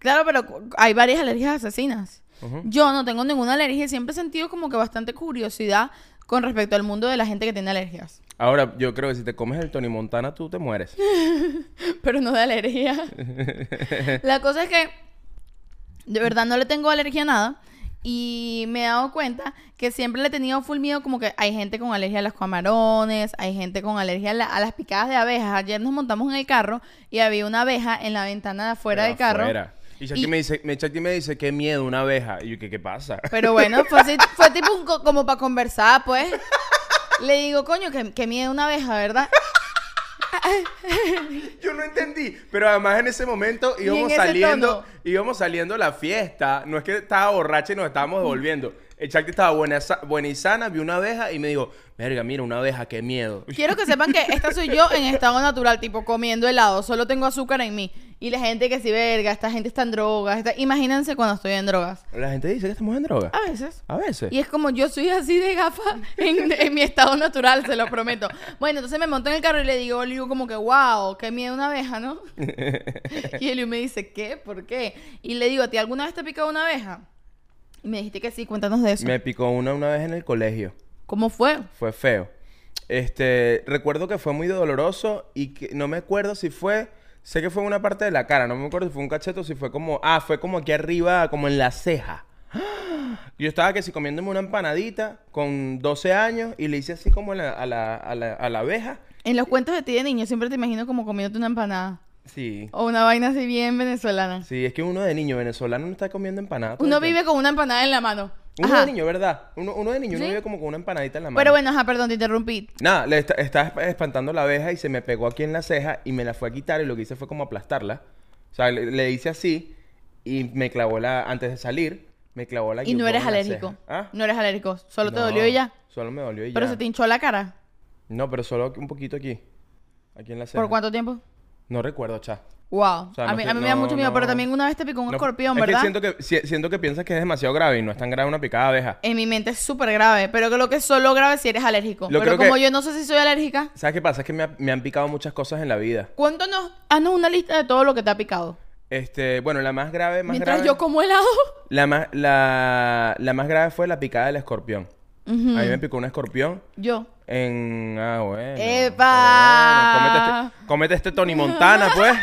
[SPEAKER 2] Claro, pero cu- hay varias alergias asesinas.
[SPEAKER 1] Ujú.
[SPEAKER 2] Yo no tengo ninguna alergia y siempre he sentido como que bastante curiosidad con respecto al mundo de la gente que tiene alergias.
[SPEAKER 1] Ahora, yo creo que si te comes el Tony Montana, tú te mueres.
[SPEAKER 2] Pero no de alergia. la cosa es que de verdad no le tengo alergia a nada. Y me he dado cuenta que siempre le he tenido full miedo, como que hay gente con alergia a los camarones, hay gente con alergia a, la- a las picadas de abejas. Ayer nos montamos en el carro y había una abeja en la ventana de afuera
[SPEAKER 1] Pero
[SPEAKER 2] del carro.
[SPEAKER 1] afuera. Y Shakti
[SPEAKER 2] Y-
[SPEAKER 1] me dice, me, Shakti me dice, qué miedo una abeja. Y yo, ¿qué, qué pasa?
[SPEAKER 2] Pero bueno, fue, así- fue tipo un co- como para conversar, pues. Le digo, coño, que, que miedo una abeja, ¿verdad?
[SPEAKER 1] Yo no entendí, pero además en ese momento
[SPEAKER 2] en
[SPEAKER 1] íbamos
[SPEAKER 2] ese
[SPEAKER 1] saliendo,
[SPEAKER 2] tono.
[SPEAKER 1] íbamos saliendo a la fiesta. No es que estaba borracha y nos
[SPEAKER 2] Mm.
[SPEAKER 1] estábamos devolviendo. El Chacti estaba buena, sa- buena y sana, vio una abeja y me dijo, verga, mira, una abeja, qué miedo.
[SPEAKER 2] Quiero que sepan que esta soy yo en estado natural, tipo comiendo helado, solo tengo azúcar en mí. Y la gente que sí, verga, esta gente está en drogas. esta- Imagínense cuando estoy en drogas.
[SPEAKER 1] La gente dice que estamos en droga.
[SPEAKER 2] A veces.
[SPEAKER 1] A veces.
[SPEAKER 2] Y es como yo soy así de gafa en, en mi estado natural, se lo prometo. Bueno, entonces me monto en el carro y le digo, le digo como que, wow, qué miedo una abeja, ¿no? Y Eliu me dice, ¿qué? ¿Por qué? Y le digo, ¿a ti alguna vez te ha picado una abeja? Y me dijiste que sí, cuéntanos de eso.
[SPEAKER 1] Me picó una una vez en el colegio.
[SPEAKER 2] ¿Cómo fue?
[SPEAKER 1] Fue feo. Este, recuerdo que fue muy doloroso y que no me acuerdo si fue, sé que fue en una parte de la cara, no me acuerdo si fue un cachete o si fue como, ah, fue como aquí arriba, como en la ceja. Yo estaba que si comiéndome una empanadita con 12 años y le hice así como a la, a la, a la, a la abeja.
[SPEAKER 2] En los cuentos de ti de niño siempre te imagino como comiéndote una empanada.
[SPEAKER 1] Sí.
[SPEAKER 2] O una vaina así bien venezolana.
[SPEAKER 1] Sí, es que uno de niño venezolano no está comiendo empanada. todo
[SPEAKER 2] Uno
[SPEAKER 1] el tiempo.
[SPEAKER 2] vive con una empanada en la mano.
[SPEAKER 1] Uno
[SPEAKER 2] Ajá.
[SPEAKER 1] de niño, ¿verdad? Uno, uno de niño uno
[SPEAKER 2] Sí.
[SPEAKER 1] vive como con una empanadita en la mano.
[SPEAKER 2] Pero bueno, ajá, perdón, te interrumpí.
[SPEAKER 1] Nada, le esta- estaba esp- espantando la abeja y se me pegó aquí en la ceja y me la fue a quitar y lo que hice fue como aplastarla. O sea, le, le hice así y me clavó la... Antes de salir, me clavó la
[SPEAKER 2] Y no
[SPEAKER 1] yuca
[SPEAKER 2] eres
[SPEAKER 1] en la
[SPEAKER 2] alérgico.
[SPEAKER 1] ceja. ¿Ah?
[SPEAKER 2] No eres alérgico. Solo te
[SPEAKER 1] No,
[SPEAKER 2] dolió y ya.
[SPEAKER 1] Solo me dolió y
[SPEAKER 2] Pero
[SPEAKER 1] ya.
[SPEAKER 2] se te hinchó la cara.
[SPEAKER 1] No, pero solo un poquito aquí. Aquí en la ceja.
[SPEAKER 2] ¿Por cuánto tiempo?
[SPEAKER 1] No recuerdo, cha.
[SPEAKER 2] Wow.
[SPEAKER 1] O sea,
[SPEAKER 2] a
[SPEAKER 1] no
[SPEAKER 2] mí,
[SPEAKER 1] sé-
[SPEAKER 2] a mí me da
[SPEAKER 1] no,
[SPEAKER 2] mucho miedo, pero
[SPEAKER 1] no.
[SPEAKER 2] también una vez te picó un
[SPEAKER 1] No,
[SPEAKER 2] escorpión,
[SPEAKER 1] es que
[SPEAKER 2] ¿verdad?
[SPEAKER 1] siento que si- siento que piensas que es demasiado grave y no es tan grave una picada de abeja.
[SPEAKER 2] En mi mente es súper grave, pero creo que solo grave si eres alérgico.
[SPEAKER 1] Yo
[SPEAKER 2] pero
[SPEAKER 1] creo que-
[SPEAKER 2] como yo no sé si soy alérgica,
[SPEAKER 1] ¿Sabes qué pasa? Es que me, ha- me han picado muchas cosas en la vida.
[SPEAKER 2] cuéntanos, haznos una lista de todo lo que te ha picado.
[SPEAKER 1] Este, bueno, la más grave, más
[SPEAKER 2] Mientras
[SPEAKER 1] grave-
[SPEAKER 2] yo como helado.
[SPEAKER 1] La más, la, la más grave fue la picada del escorpión.
[SPEAKER 2] Ujú.
[SPEAKER 1] A mí me picó un escorpión
[SPEAKER 2] Yo.
[SPEAKER 1] en... Ah, bueno. Pero bueno,
[SPEAKER 2] ¡Epa!
[SPEAKER 1] cómete, este, cómete este Tony Montana, pues.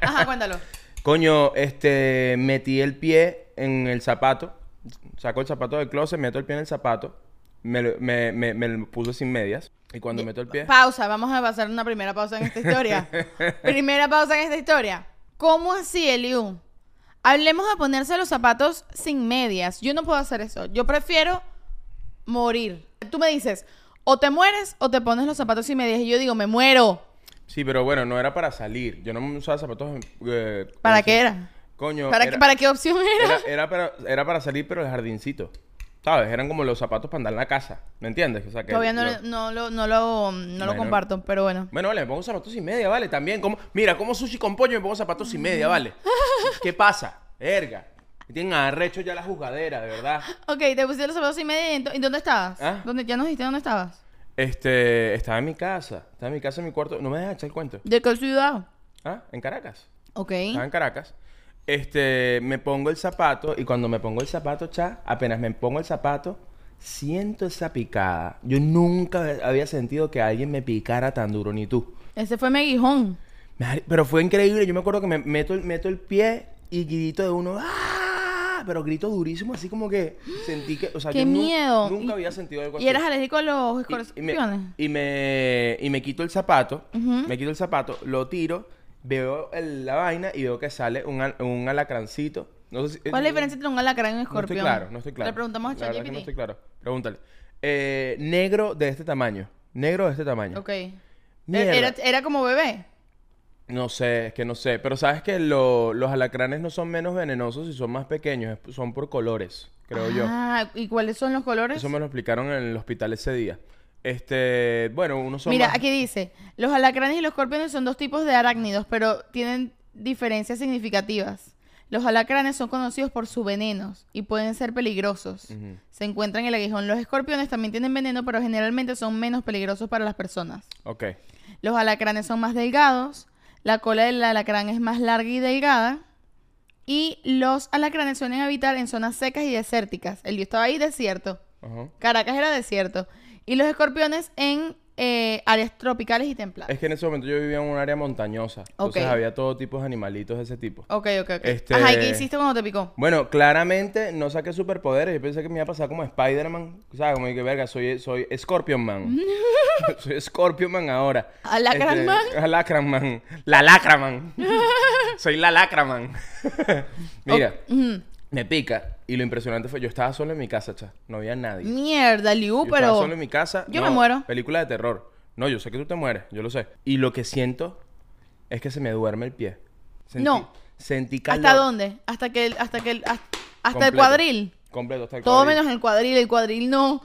[SPEAKER 2] Ajá, cuéntalo.
[SPEAKER 1] Coño, este... Metí el pie en el zapato. Saco el zapato del closet, meto el pie en el zapato. Me, lo- me, me, me lo puse sin medias. Y cuando meto el pie...
[SPEAKER 2] Pausa, vamos a pasar una primera pausa en esta historia. primera pausa en esta historia. ¿Cómo así, Eliu? Hablemos de ponerse los zapatos sin medias. Yo no puedo hacer eso. Yo prefiero morir. Tú me dices, o te mueres o te pones los zapatos sin medias. Y yo digo, me muero.
[SPEAKER 1] Sí, pero bueno, no era para salir. Yo no usaba zapatos... eh,
[SPEAKER 2] ¿Para
[SPEAKER 1] con-
[SPEAKER 2] qué era?
[SPEAKER 1] Coño,
[SPEAKER 2] ¿Para,
[SPEAKER 1] era-
[SPEAKER 2] qué, ¿Para qué opción era?
[SPEAKER 1] Era, era para, era para salir, pero el jardincito. ¿Sabes? Eran como los zapatos para andar en la casa. ¿Me entiendes? O sea, que
[SPEAKER 2] Todavía no,
[SPEAKER 1] lo-
[SPEAKER 2] no lo, no lo, no lo
[SPEAKER 1] Bueno.
[SPEAKER 2] comparto, pero bueno.
[SPEAKER 1] Bueno, vale, me pongo zapatos y media, vale, también. Como... Mira, como sushi con pollo y me pongo zapatos y media, vale. ¿Qué pasa? Verga. Me tienen arrecho ya la juzgadera, de verdad.
[SPEAKER 2] Ok, te pusiste los zapatos sin medias. ¿Y en- ¿y dónde estabas?
[SPEAKER 1] ¿Ah?
[SPEAKER 2] ¿Dónde, ¿Ya nos dijiste dónde estabas?
[SPEAKER 1] Este, estaba en mi casa. Estaba en mi casa, en mi cuarto. No me dejas echar el cuento.
[SPEAKER 2] ¿De qué ciudad?
[SPEAKER 1] Ah, en Caracas.
[SPEAKER 2] Ok.
[SPEAKER 1] Estaba en Caracas. Este, me pongo el zapato y cuando me pongo el zapato, cha, apenas me pongo el zapato, siento esa picada. Yo nunca había sentido que alguien me picara tan duro, ni tú.
[SPEAKER 2] Ese fue mi aguijón.
[SPEAKER 1] Mari- Pero fue increíble. Yo me acuerdo que me meto, el- meto el pie y grito de uno, ¡ah! Pero grito durísimo, así como que sentí que, o sea,
[SPEAKER 2] ¡Qué
[SPEAKER 1] yo nu-
[SPEAKER 2] miedo!
[SPEAKER 1] nunca
[SPEAKER 2] Y-
[SPEAKER 1] había sentido algo así.
[SPEAKER 2] ¿Y eras alérgico a
[SPEAKER 1] Y-
[SPEAKER 2] los
[SPEAKER 1] y me,
[SPEAKER 2] escorpiones?
[SPEAKER 1] y me y me quito el zapato,
[SPEAKER 2] Ujú.
[SPEAKER 1] me quito el zapato, lo tiro, veo el- la vaina y veo que sale un, al- un alacrancito. No sé si-
[SPEAKER 2] ¿Cuál es la
[SPEAKER 1] eh,
[SPEAKER 2] diferencia entre un alacrán y un
[SPEAKER 1] No estoy
[SPEAKER 2] escorpión?
[SPEAKER 1] claro, no estoy claro.
[SPEAKER 2] Le preguntamos a
[SPEAKER 1] La verdad que No estoy
[SPEAKER 2] ChatGPT.
[SPEAKER 1] claro. Pregúntale. Eh, negro de este tamaño. Negro de este tamaño.
[SPEAKER 2] Ok. E-
[SPEAKER 1] Mierda.
[SPEAKER 2] Era, era como bebé.
[SPEAKER 1] No sé, es que no sé. Pero sabes que lo- los alacranes no son menos venenosos y son más pequeños. es- Son por colores, creo yo.
[SPEAKER 2] Ah, ¿y cuáles son los colores?
[SPEAKER 1] Eso me lo explicaron en el hospital ese día. Este, bueno, unos son
[SPEAKER 2] Mira,
[SPEAKER 1] más-
[SPEAKER 2] aquí dice, los alacranes y los escorpiones son dos tipos de arácnidos, pero tienen diferencias significativas. Los alacranes son conocidos por sus venenos y pueden ser peligrosos.
[SPEAKER 1] Ujú.
[SPEAKER 2] Se encuentran en el aguijón. Los escorpiones también tienen veneno, pero generalmente son menos peligrosos para las personas.
[SPEAKER 1] Ok.
[SPEAKER 2] Los alacranes son más delgados. La cola del alacrán es más larga y delgada. Y los alacranes suelen habitar en zonas secas y desérticas. El yo estaba ahí desierto.
[SPEAKER 1] Ajá.
[SPEAKER 2] Caracas era desierto. Y los escorpiones en eh, áreas tropicales y templadas.
[SPEAKER 1] Es que en ese momento yo vivía en un área montañosa. Entonces
[SPEAKER 2] Ok.
[SPEAKER 1] había todo tipo de animalitos de ese tipo.
[SPEAKER 2] Ok, ok, ok.
[SPEAKER 1] Este-
[SPEAKER 2] Ajá, ¿y qué hiciste cuando te picó?
[SPEAKER 1] Bueno, claramente no saqué superpoderes. Yo pensé que me iba a pasar como Spider-Man. ¿Sabes? Como que, verga, soy, soy Scorpion Man. soy Scorpion Man ahora.
[SPEAKER 2] Alacran
[SPEAKER 1] Este,
[SPEAKER 2] Man.
[SPEAKER 1] Alacran Man. La Lacraman. soy la Lacraman. Mira,
[SPEAKER 2] Mm,
[SPEAKER 1] me pica. Y lo impresionante fue, yo estaba solo en mi casa, cha. No había nadie.
[SPEAKER 2] Mierda, Liu,
[SPEAKER 1] Yo estaba
[SPEAKER 2] pero.
[SPEAKER 1] solo en mi casa.
[SPEAKER 2] yo
[SPEAKER 1] No,
[SPEAKER 2] me muero.
[SPEAKER 1] Película de terror. No, yo sé que tú te mueres, yo lo sé. Y lo que siento es que se me duerme el pie. Sentí-
[SPEAKER 2] No.
[SPEAKER 1] Sentí calor.
[SPEAKER 2] ¿Hasta dónde? Hasta que el- hasta que el- hasta, hasta el
[SPEAKER 1] Completo.
[SPEAKER 2] cuadril.
[SPEAKER 1] Completo, hasta el
[SPEAKER 2] Todo
[SPEAKER 1] cuadril.
[SPEAKER 2] menos el cuadril, el cuadril no.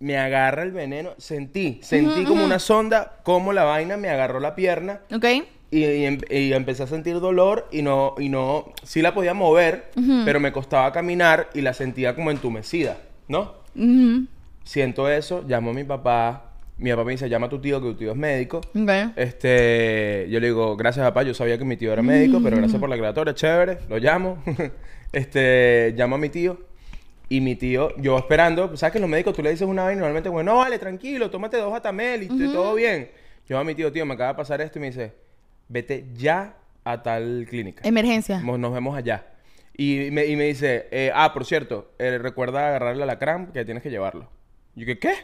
[SPEAKER 1] Me agarra el veneno. Sentí, sentí como una sonda, como la vaina me agarró la pierna
[SPEAKER 2] ¿Ok?
[SPEAKER 1] y, y em- y empecé a sentir dolor y no, y no, sí la podía mover, pero me costaba caminar y la sentía como entumecida, ¿no?
[SPEAKER 2] Ujú.
[SPEAKER 1] Siento eso, llamo a mi papá. Mi papá me dice, llama a tu tío, que tu tío es médico.
[SPEAKER 2] Ok.
[SPEAKER 1] Eh, Este, yo le digo, gracias papá, yo sabía que mi tío era médico, pero gracias por la aclaratoria, chévere, lo llamo. este, llamo a mi tío y mi tío, yo esperando, pues, sabes que los médicos tú le dices una vez normalmente, bueno, no, vale, tranquilo, tómate dos atamel y t- todo bien. Yo a mi tío, tío, me acaba de pasar esto y me dice, vete ya a tal clínica.
[SPEAKER 2] Emergencia.
[SPEAKER 1] Mo- Nos vemos allá. Y me, y me dice, eh, ah, por cierto, eh, recuerda agarrarle a la cramp que tienes que llevarlo. Y yo, ¿qué? ¿Qué?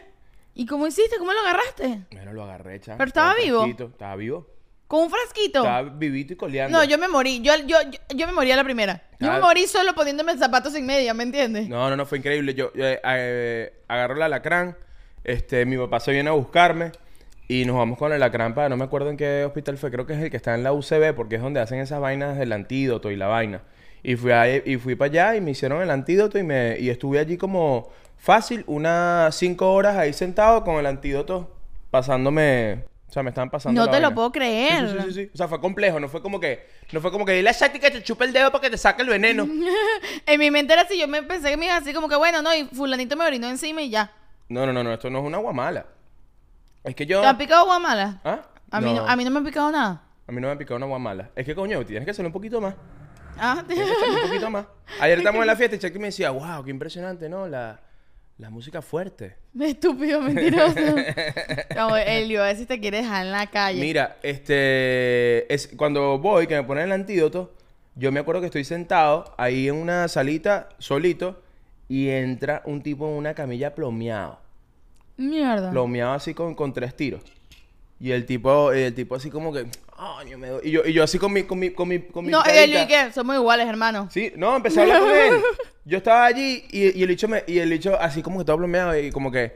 [SPEAKER 2] ¿Y cómo hiciste? ¿Cómo lo agarraste?
[SPEAKER 1] Bueno, lo agarré, chaval.
[SPEAKER 2] Pero estaba vivo.
[SPEAKER 1] Estaba vivo.
[SPEAKER 2] ¿Con un frasquito?
[SPEAKER 1] Estaba vivito y coleando.
[SPEAKER 2] No, yo me morí. Yo, yo, yo, yo me morí a la primera. Yo me
[SPEAKER 1] Tal-
[SPEAKER 2] morí solo poniéndome zapatos sin media, ¿me entiendes?
[SPEAKER 1] Ah. No, no, no, fue increíble. Yo eh, eh, agarro el alacrán, este, mi papá se viene a buscarme y nos vamos con el alacrán para, no me acuerdo en qué hospital fue, creo que es el que está en la UCB, porque es donde hacen esas vainas del antídoto y la vaina. Y fui, ahí- y fui para allá y me hicieron el antídoto y, me, y estuve allí como fácil, unas cinco horas ahí sentado con el antídoto pasándome... O sea, me estaban pasando
[SPEAKER 2] No
[SPEAKER 1] la
[SPEAKER 2] te lo
[SPEAKER 1] vaina.
[SPEAKER 2] puedo creer.
[SPEAKER 1] Sí, sí, sí, sí, sí. O sea, fue complejo. No fue como que... No fue como que... Dile a Shakti que te chupe el dedo para que te saque el veneno.
[SPEAKER 2] En mi mente era así, yo me pensé que me iba así como que bueno, no, y fulanito me orinó encima y ya.
[SPEAKER 1] No, no, no, no, esto no es una guamala. Es que yo.
[SPEAKER 2] ¿Te han picado guamala?
[SPEAKER 1] ¿Ah?
[SPEAKER 2] A, mí no. a mí no me han picado nada.
[SPEAKER 1] A mí no me ha picado una guamala. Es que coño, tienes que hacerlo un poquito más.
[SPEAKER 2] Ah,
[SPEAKER 1] Tienes que hacerlo un poquito más. Ayer estábamos en la fiesta y Chucky me decía, wow, qué impresionante, ¿no? La, la música fuerte.
[SPEAKER 2] estúpido, mentiroso. Como Elio, a ver si te quiere dejar en la calle.
[SPEAKER 1] Mira, este. Es, cuando voy, que me ponen el antídoto, yo me acuerdo que estoy sentado ahí en una salita, solito, y entra un tipo en una camilla plomeado.
[SPEAKER 2] Mierda.
[SPEAKER 1] plomeado así con, con tres tiros. Y el tipo, el tipo así como que, "Coño, me doy". Y yo, y yo así con mi, con mi, con mi, con mi
[SPEAKER 2] No,
[SPEAKER 1] carita.
[SPEAKER 2] Elio, ¿y qué? Somos iguales, hermano.
[SPEAKER 1] Sí, no, empecé a hablar con él. Yo estaba allí y, y el bicho me, y el bicho así como que todo plomeado y como que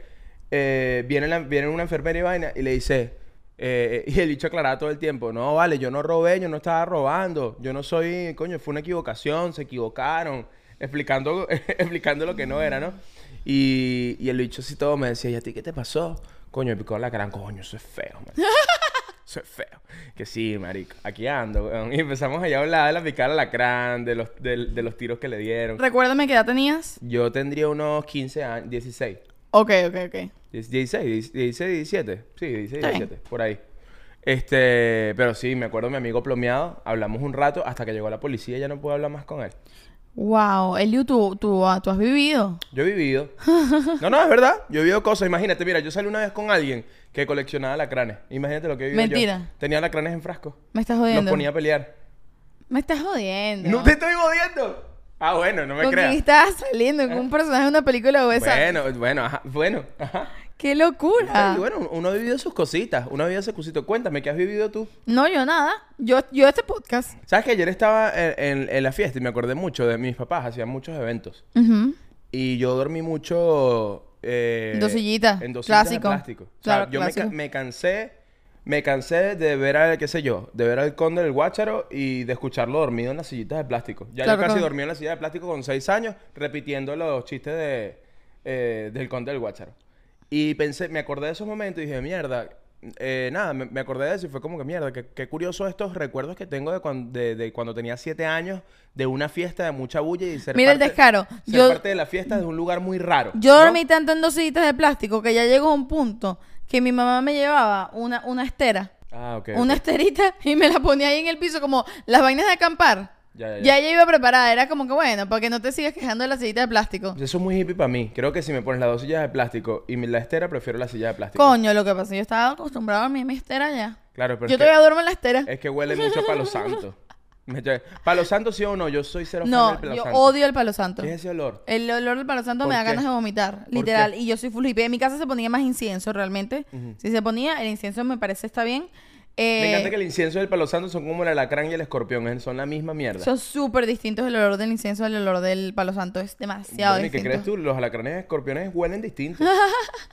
[SPEAKER 1] eh, viene, la- viene una enfermera y vaina y le dice, eh, y el bicho aclaraba todo el tiempo, no, vale, yo no robé, yo no estaba robando, yo no soy, coño, fue una equivocación, se equivocaron, explicando, explicando lo que no era, ¿no? Y, y el bicho así todo me decía, ¿y a ti qué te pasó? Coño, me picó la cara, coño, eso es feo, man. Eso es feo. Que sí, marico. Aquí ando, weón. Y empezamos allá a hablar de la picada al alacrán, de los, del- de, los tiros que le dieron.
[SPEAKER 2] Recuérdame qué edad tenías.
[SPEAKER 1] Yo tendría unos 15 años, 16.
[SPEAKER 2] Ok, ok, ok.
[SPEAKER 1] Diez- 16, 16, 17. Sí, 16,
[SPEAKER 2] Está bien.
[SPEAKER 1] 17. Por ahí. Este, pero sí, me acuerdo de mi amigo plomeado. Hablamos un rato hasta que llegó la policía y ya no pude hablar más con él.
[SPEAKER 2] Wow, Elio, tú, tú, ah, tú has vivido.
[SPEAKER 1] Yo he vivido. No, no, es verdad. Yo he vivido cosas. Imagínate, mira, yo salí una vez con alguien que coleccionaba alacranes. Imagínate lo que he vivido yo.
[SPEAKER 2] Mentira.
[SPEAKER 1] Tenía alacranes en frasco.
[SPEAKER 2] Me estás
[SPEAKER 1] Los
[SPEAKER 2] jodiendo.
[SPEAKER 1] ponía a pelear.
[SPEAKER 2] Me estás jodiendo.
[SPEAKER 1] No te estoy jodiendo. Ah, bueno, no me
[SPEAKER 2] ¿Con quién
[SPEAKER 1] creas. Eh.
[SPEAKER 2] estabas saliendo? ¿Con un personaje de una película o esa?
[SPEAKER 1] Bueno, bueno, ajá, bueno, ajá.
[SPEAKER 2] ¡Qué locura!
[SPEAKER 1] Y bueno, uno ha vivido sus cositas, uno ha vivido sus cositas. Cuéntame, ¿qué has vivido tú?
[SPEAKER 2] No, yo nada. Yo, yo este podcast.
[SPEAKER 1] Sabes que ayer estaba en, en- en la fiesta y me acordé mucho de mis papás, hacían muchos eventos.
[SPEAKER 2] Ujú.
[SPEAKER 1] Y yo dormí mucho... eh,
[SPEAKER 2] En dos sillitas,
[SPEAKER 1] En dos sillitas de
[SPEAKER 2] clásico.
[SPEAKER 1] plástico. O sea,
[SPEAKER 2] Claro,
[SPEAKER 1] yo me, ca-
[SPEAKER 2] clásico.
[SPEAKER 1] me cansé, me cansé de ver al, qué sé yo, de ver al conde del guácharo y de escucharlo dormido en las sillitas de plástico. Ya
[SPEAKER 2] Claro,
[SPEAKER 1] yo casi
[SPEAKER 2] claro.
[SPEAKER 1] dormí en la silla de plástico con seis años, repitiendo los chistes de, eh, del conde del guácharo. Y pensé, me acordé de esos momentos y dije, mierda, eh, nada, me, me acordé de eso y fue como que mierda, qué, qué curioso estos recuerdos que tengo de, cuan- de- de cuando tenía siete años, de una fiesta de mucha bulla y ser,
[SPEAKER 2] Mira el
[SPEAKER 1] parte,
[SPEAKER 2] descaro.
[SPEAKER 1] ser
[SPEAKER 2] Yo-
[SPEAKER 1] parte de la fiesta de un lugar muy raro.
[SPEAKER 2] Yo
[SPEAKER 1] ¿no?
[SPEAKER 2] dormí tanto en dos sillitas de plástico que ya llegó un punto que mi mamá me llevaba una, una estera.
[SPEAKER 1] Ah, ok.
[SPEAKER 2] una
[SPEAKER 1] ok.
[SPEAKER 2] esterita y me la ponía ahí en el piso como las vainas de acampar.
[SPEAKER 1] Ya, ya, ya.
[SPEAKER 2] Ya ella iba preparada, era como que bueno, para que no te sigas quejando de la sillita de plástico.
[SPEAKER 1] Eso es muy hippie para mí. Creo que si me pones las dos sillas de plástico y mi- la estera, prefiero la silla de plástico.
[SPEAKER 2] Coño, lo que pasa, yo estaba acostumbrado a mi mi estera ya.
[SPEAKER 1] Claro, pero
[SPEAKER 2] Yo
[SPEAKER 1] es, que,
[SPEAKER 2] todavía duermo en la estera.
[SPEAKER 1] es que huele mucho a palo santo. Me lle- Palo santo sí o no, yo soy cero fan del
[SPEAKER 2] No,
[SPEAKER 1] palo
[SPEAKER 2] yo
[SPEAKER 1] santo.
[SPEAKER 2] odio el palo santo.
[SPEAKER 1] ¿Qué es ese olor?
[SPEAKER 2] El olor del palo santo
[SPEAKER 1] ¿Por
[SPEAKER 2] me da
[SPEAKER 1] qué?
[SPEAKER 2] ganas de vomitar, literal. Y yo soy full hippie. En mi casa se ponía más incienso realmente. Si se ponía, el incienso me parece está bien. Eh,
[SPEAKER 1] Me encanta que el incienso y el palo santo son como el alacrán y el escorpión, es- son la misma mierda.
[SPEAKER 2] Son súper distintos el olor del incienso al olor del palo santo. Es demasiado
[SPEAKER 1] Bueno, ¿y qué
[SPEAKER 2] distinto.
[SPEAKER 1] crees tú? Los alacranes y escorpiones huelen distintos.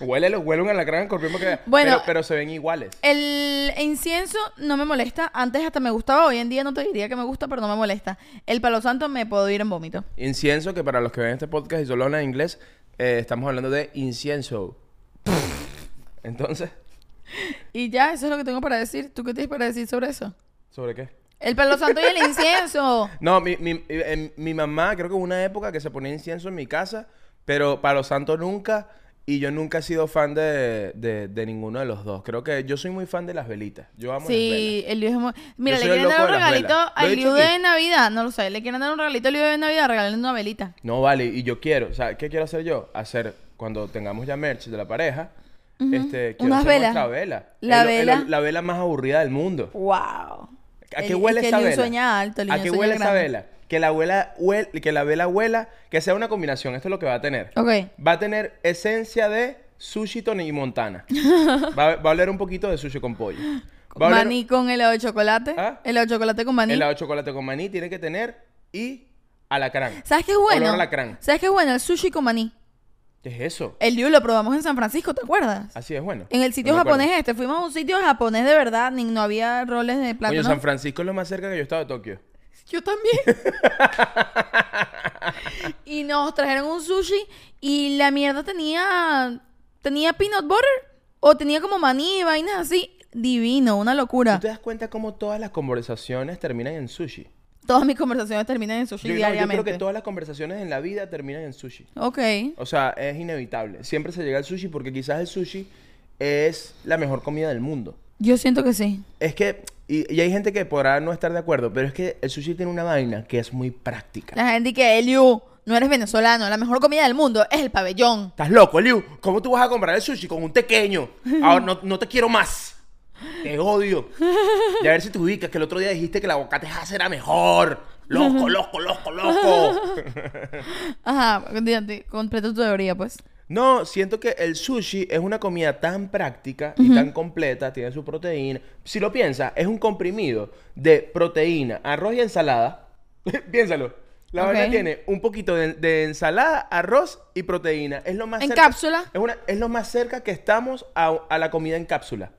[SPEAKER 1] huele, lo- huele un alacrán escorpión porque...
[SPEAKER 2] Bueno,
[SPEAKER 1] pero, pero se ven iguales.
[SPEAKER 2] El incienso no me molesta. Antes hasta me gustaba. Hoy en día no te diría que me gusta, pero no me molesta. El palo santo me puedo ir en vómito.
[SPEAKER 1] Incienso, que para los que ven este podcast y solo hablan inglés, eh, estamos hablando de incienso. Entonces,
[SPEAKER 2] Y ya, eso es lo que tengo para decir. ¿Tú qué tienes para decir sobre eso?
[SPEAKER 1] ¿sobre qué?
[SPEAKER 2] El palo santo y el incienso.
[SPEAKER 1] No, mi, mi, eh, mi mamá creo que hubo una época que se ponía incienso en mi casa, pero para los santos nunca. Y yo nunca he sido fan de, de- de ninguno de los dos. Creo que yo soy muy fan de las velitas. Yo amo las velas.
[SPEAKER 2] Sí, el Liu es muy... Mira,
[SPEAKER 1] Yo
[SPEAKER 2] le
[SPEAKER 1] soy el
[SPEAKER 2] quieren dar
[SPEAKER 1] loco
[SPEAKER 2] un
[SPEAKER 1] de las
[SPEAKER 2] regalito
[SPEAKER 1] velas. Lo he
[SPEAKER 2] al
[SPEAKER 1] dicho
[SPEAKER 2] Liu de
[SPEAKER 1] aquí.
[SPEAKER 2] Navidad. No lo sé. Le quieren dar un regalito al Liu de Navidad. Regalen una velita.
[SPEAKER 1] No vale, y yo quiero, o sea, ¿qué quiero hacer yo? Hacer, cuando tengamos ya merch de la pareja, este, quiero
[SPEAKER 2] Unas
[SPEAKER 1] hacer
[SPEAKER 2] velas.
[SPEAKER 1] nuestra vela.
[SPEAKER 2] La
[SPEAKER 1] El- el-
[SPEAKER 2] vela.
[SPEAKER 1] la vela más aburrida del mundo.
[SPEAKER 2] ¡Wow!
[SPEAKER 1] ¿A
[SPEAKER 2] El-
[SPEAKER 1] qué huele
[SPEAKER 2] es que
[SPEAKER 1] esa
[SPEAKER 2] el Liu
[SPEAKER 1] vela?
[SPEAKER 2] sueña alto. el
[SPEAKER 1] ¿A
[SPEAKER 2] Liu
[SPEAKER 1] qué
[SPEAKER 2] sueña
[SPEAKER 1] huele esa
[SPEAKER 2] grande.
[SPEAKER 1] vela? Que la, abuela huel- que la vela huela, que sea una combinación, esto es lo que va a tener.
[SPEAKER 2] Ok.
[SPEAKER 1] Va a tener esencia de sushi, Tony y Montana. va, a, va a oler un poquito de sushi con pollo. Va a oler
[SPEAKER 2] Maní con helado de chocolate.
[SPEAKER 1] ¿Ah?
[SPEAKER 2] Helado de chocolate con maní.
[SPEAKER 1] helado de chocolate con maní, tiene que tener y alacrán.
[SPEAKER 2] ¿Sabes qué es bueno?
[SPEAKER 1] Olor a alacrán.
[SPEAKER 2] ¿Sabes qué es bueno? El sushi con maní.
[SPEAKER 1] ¿Qué es eso?
[SPEAKER 2] El Liu lo probamos en San Francisco, ¿te acuerdas?
[SPEAKER 1] Así es bueno.
[SPEAKER 2] En el sitio
[SPEAKER 1] Ah, No me acuerdo.
[SPEAKER 2] japonés este. Fuimos a un sitio japonés de verdad. Ni, no había roles de plátano.
[SPEAKER 1] Coño, San Francisco es lo más cerca que yo he estado de Tokio.
[SPEAKER 2] Yo también. y nos trajeron un sushi y la mierda tenía tenía peanut butter o tenía como maní y vainas así. Divino, una locura.
[SPEAKER 1] ¿Tú te das cuenta cómo todas las conversaciones terminan en sushi?
[SPEAKER 2] Todas mis conversaciones terminan en sushi
[SPEAKER 1] Yo, no, yo
[SPEAKER 2] diariamente.
[SPEAKER 1] creo que todas las conversaciones en la vida terminan en sushi.
[SPEAKER 2] Ok.
[SPEAKER 1] O sea, es inevitable. Siempre se llega al sushi porque quizás el sushi es la mejor comida del mundo.
[SPEAKER 2] Yo siento que sí.
[SPEAKER 1] Es que, y, y hay gente que podrá no estar de acuerdo, pero es que el sushi tiene una vaina que es muy práctica.
[SPEAKER 2] La gente que Eliu, no eres venezolano, la mejor comida del mundo es el pabellón.
[SPEAKER 1] ¿Estás loco, Liu? ¿Cómo tú vas a comprar el sushi con un pequeño? Ahora no, no te quiero más. Te odio. Y a ver si te ubicas, que el otro día dijiste que la bocateja era mejor. Loco, loco, loco, loco.
[SPEAKER 2] Ajá, di- completo tu teoría, pues.
[SPEAKER 1] No, siento que el sushi es una comida tan práctica y tan completa, tiene su proteína. Si lo piensas, es un comprimido de proteína, arroz y ensalada. Piénsalo. La vaina
[SPEAKER 2] Ok.
[SPEAKER 1] tiene un poquito de, de ensalada, arroz y proteína. Es lo más
[SPEAKER 2] En
[SPEAKER 1] cerca-
[SPEAKER 2] cápsula.
[SPEAKER 1] Es, una- es lo más cerca que estamos a, a la comida en cápsula.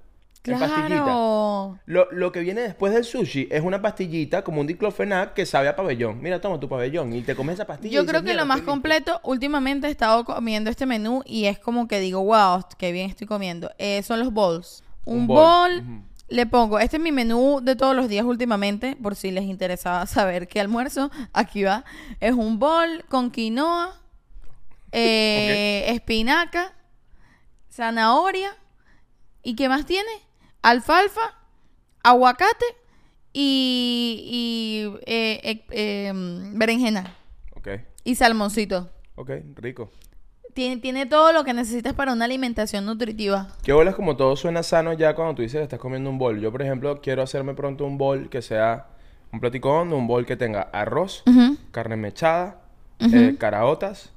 [SPEAKER 1] En pastillita.
[SPEAKER 2] Claro.
[SPEAKER 1] Lo, lo que viene después del sushi es una pastillita como un diclofenac que sabe a pabellón. Mira, toma tu pabellón y te comes esa pastilla. y
[SPEAKER 2] Yo
[SPEAKER 1] dices,
[SPEAKER 2] creo que
[SPEAKER 1] "Mierda,
[SPEAKER 2] lo más
[SPEAKER 1] estoy listo".
[SPEAKER 2] completo, últimamente he estado comiendo este menú y es como que digo, wow, qué bien estoy comiendo. Eh, son los bowls. Un,
[SPEAKER 1] Un
[SPEAKER 2] bowl,
[SPEAKER 1] bowl, ujú.
[SPEAKER 2] le pongo, este es mi menú de todos los días últimamente, por si les interesaba saber qué almuerzo, aquí va. Es un bowl con quinoa, eh, espinaca, zanahoria, ¿y qué más tiene? Alfalfa, aguacate y, y eh, eh, em, berenjena. Y salmoncito.
[SPEAKER 1] Ok, ok, rico.
[SPEAKER 2] Tiene, tiene todo lo que necesitas para una alimentación nutritiva.
[SPEAKER 1] Que bolas como todo suena sano ya cuando tú dices que estás comiendo un bol. Yo, por ejemplo, quiero hacerme pronto un bol que sea un platico hondo, un bol que tenga arroz,
[SPEAKER 2] Ujú.
[SPEAKER 1] carne mechada, eh, caraotas,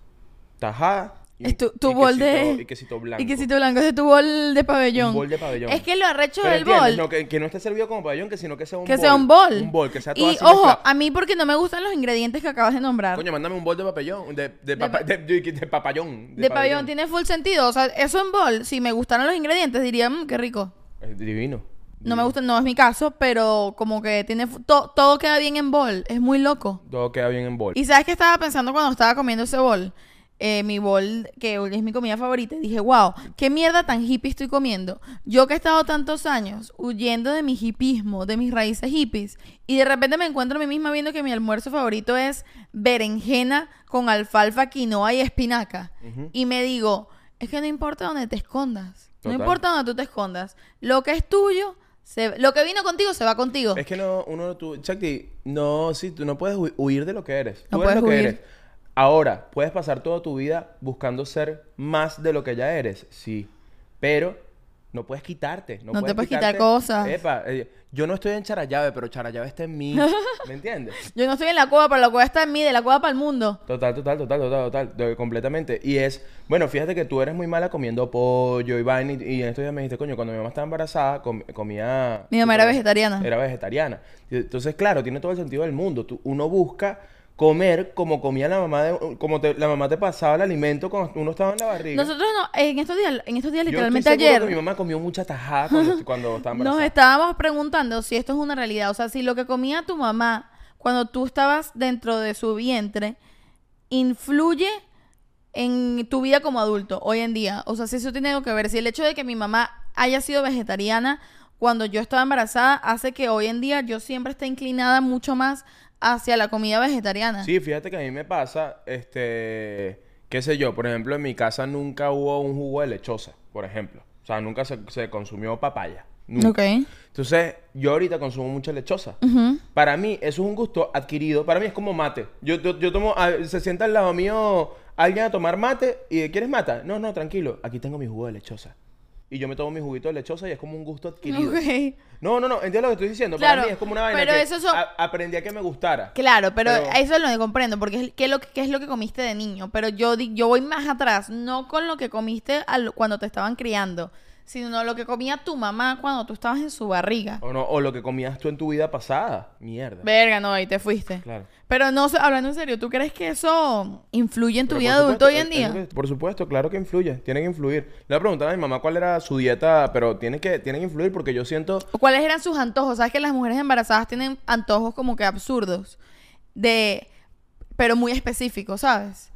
[SPEAKER 1] tajada y,
[SPEAKER 2] Es tu, tu
[SPEAKER 1] y
[SPEAKER 2] bol
[SPEAKER 1] quesito-
[SPEAKER 2] de...
[SPEAKER 1] y quesito blanco.
[SPEAKER 2] Y quesito blanco, ese es tu bol de pabellón.
[SPEAKER 1] Un bol de pabellón.
[SPEAKER 2] Es que lo arrecho
[SPEAKER 1] Pero
[SPEAKER 2] del
[SPEAKER 1] entiendes,
[SPEAKER 2] bol.
[SPEAKER 1] No, que, que no esté servido como pabellón, que sino que sea un
[SPEAKER 2] que
[SPEAKER 1] bol.
[SPEAKER 2] sea un bol.
[SPEAKER 1] Un bol, que sea todo
[SPEAKER 2] Y
[SPEAKER 1] así
[SPEAKER 2] ojo,
[SPEAKER 1] mezclado.
[SPEAKER 2] a mí porque no me gustan los ingredientes que acabas de nombrar.
[SPEAKER 1] Coño, mándame un bol de papellón, de, de,
[SPEAKER 2] pa-
[SPEAKER 1] papa- de- de- de papayón.
[SPEAKER 2] de pabellón tiene full sentido. O sea, eso en bol, si me gustaron los ingredientes, diría, mmm, qué rico.
[SPEAKER 1] Es divino.
[SPEAKER 2] No
[SPEAKER 1] Mm.
[SPEAKER 2] me gusta, no es mi caso, pero como que tiene... fu- to- todo queda bien en bol. Es muy loco.
[SPEAKER 1] Todo queda bien en bol.
[SPEAKER 2] Y sabes que estaba pensando cuando estaba comiendo ese bol, Eh, mi bol, que es mi comida favorita, y dije, wow, qué mierda tan hippie estoy comiendo. Yo que he estado tantos años huyendo de mi hippismo, de mis raíces hippies, y de repente me encuentro a mí misma viendo que mi almuerzo favorito es berenjena con alfalfa, quinoa y espinaca. Y me digo, es que no importa dónde te escondas,
[SPEAKER 1] Total.
[SPEAKER 2] no importa donde tú te escondas, lo que es tuyo Se- lo que vino contigo se va contigo.
[SPEAKER 1] Es que no, uno, tú, Chakti, no, sí, tú no puedes hu- huir de lo que eres.
[SPEAKER 2] No
[SPEAKER 1] tú eres
[SPEAKER 2] puedes
[SPEAKER 1] lo que
[SPEAKER 2] huir.
[SPEAKER 1] eres. Ahora, puedes pasar toda tu vida buscando ser más de lo que ya eres, sí, pero no puedes quitarte. No,
[SPEAKER 2] No te puedes quitar
[SPEAKER 1] quitarte-
[SPEAKER 2] cosas.
[SPEAKER 1] Epa, eh, yo no estoy en Charallave, pero Charallave está en mí, ¿me entiendes?
[SPEAKER 2] Yo no estoy en la cueva, pero la cueva está en mí, de la cueva para el mundo.
[SPEAKER 1] Total, total, total, total, total, de- completamente. Y es, bueno, fíjate que tú eres muy mala comiendo pollo y vaina. Y, y en estos días me dijiste, coño, cuando mi mamá estaba embarazada, com- comía.
[SPEAKER 2] Mi mamá era vegetariana.
[SPEAKER 1] Era vegetariana. Y Entonces, claro, tiene todo el sentido del mundo. Tú- uno busca comer como comía la mamá, de- como te- la mamá te pasaba el alimento cuando uno estaba en la barriga.
[SPEAKER 2] Nosotros no, en estos días, en estos días
[SPEAKER 1] Yo estoy
[SPEAKER 2] literalmente
[SPEAKER 1] seguro
[SPEAKER 2] ayer,
[SPEAKER 1] que mi mamá comió mucha tajada cuando, cuando estaba
[SPEAKER 2] nos
[SPEAKER 1] embarazada.
[SPEAKER 2] estábamos preguntando si esto es una realidad. O sea, si lo que comía tu mamá cuando tú estabas dentro de su vientre influye en tu vida como adulto hoy en día. O sea, si eso tiene algo que ver. Si el hecho de que mi mamá haya sido vegetariana cuando yo estaba embarazada hace que hoy en día yo siempre esté inclinada mucho más hacia la comida vegetariana.
[SPEAKER 1] Sí, fíjate que a mí me pasa, este, qué sé yo, por ejemplo, en mi casa nunca hubo un jugo de lechosa, por ejemplo. O sea, nunca se, se consumió papaya. Nunca.
[SPEAKER 2] Ok.
[SPEAKER 1] Entonces, yo ahorita consumo mucha lechosa.
[SPEAKER 2] Ujú.
[SPEAKER 1] Para mí, eso es un gusto adquirido. Para mí es como mate. Yo, yo, yo tomo, a- se sienta al lado mío alguien a tomar mate y ¿quieres mata? No, no, tranquilo. Aquí tengo mi jugo de lechosa. Y yo me tomo mi juguito de lechosa y es como un gusto adquirido.
[SPEAKER 2] Ok.
[SPEAKER 1] No, no, no, entiendo lo que estoy diciendo.
[SPEAKER 2] Claro,
[SPEAKER 1] Para mí es como una vaina
[SPEAKER 2] pero
[SPEAKER 1] que
[SPEAKER 2] eso son-
[SPEAKER 1] a- aprendí a que me gustara.
[SPEAKER 2] Claro, pero,
[SPEAKER 1] Pero-
[SPEAKER 2] eso es lo que comprendo, porque es, ¿qué, es lo, que- qué es lo que comiste de niño? Pero yo, di- yo voy más atrás, no con lo que comiste al- cuando te estaban criando, sino lo que comía tu mamá cuando tú estabas en su barriga.
[SPEAKER 1] O, no, o lo que comías tú en tu vida pasada. Mierda.
[SPEAKER 2] Verga, no, ahí te fuiste.
[SPEAKER 1] Claro.
[SPEAKER 2] Pero no, sé, hablando en serio, ¿tú crees que eso influye en tu
[SPEAKER 1] Pero
[SPEAKER 2] vida
[SPEAKER 1] por supuesto,
[SPEAKER 2] adulta hoy en
[SPEAKER 1] es- es
[SPEAKER 2] día?
[SPEAKER 1] lo que- por supuesto, claro que influye. Tiene que influir. Le voy a preguntar a mi mamá cuál era su dieta, pero tiene que, tiene que influir porque yo siento...
[SPEAKER 2] ¿O ¿Cuáles eran sus antojos? Sabes que las mujeres embarazadas tienen antojos como que absurdos, de, pero muy específicos, ¿sabes?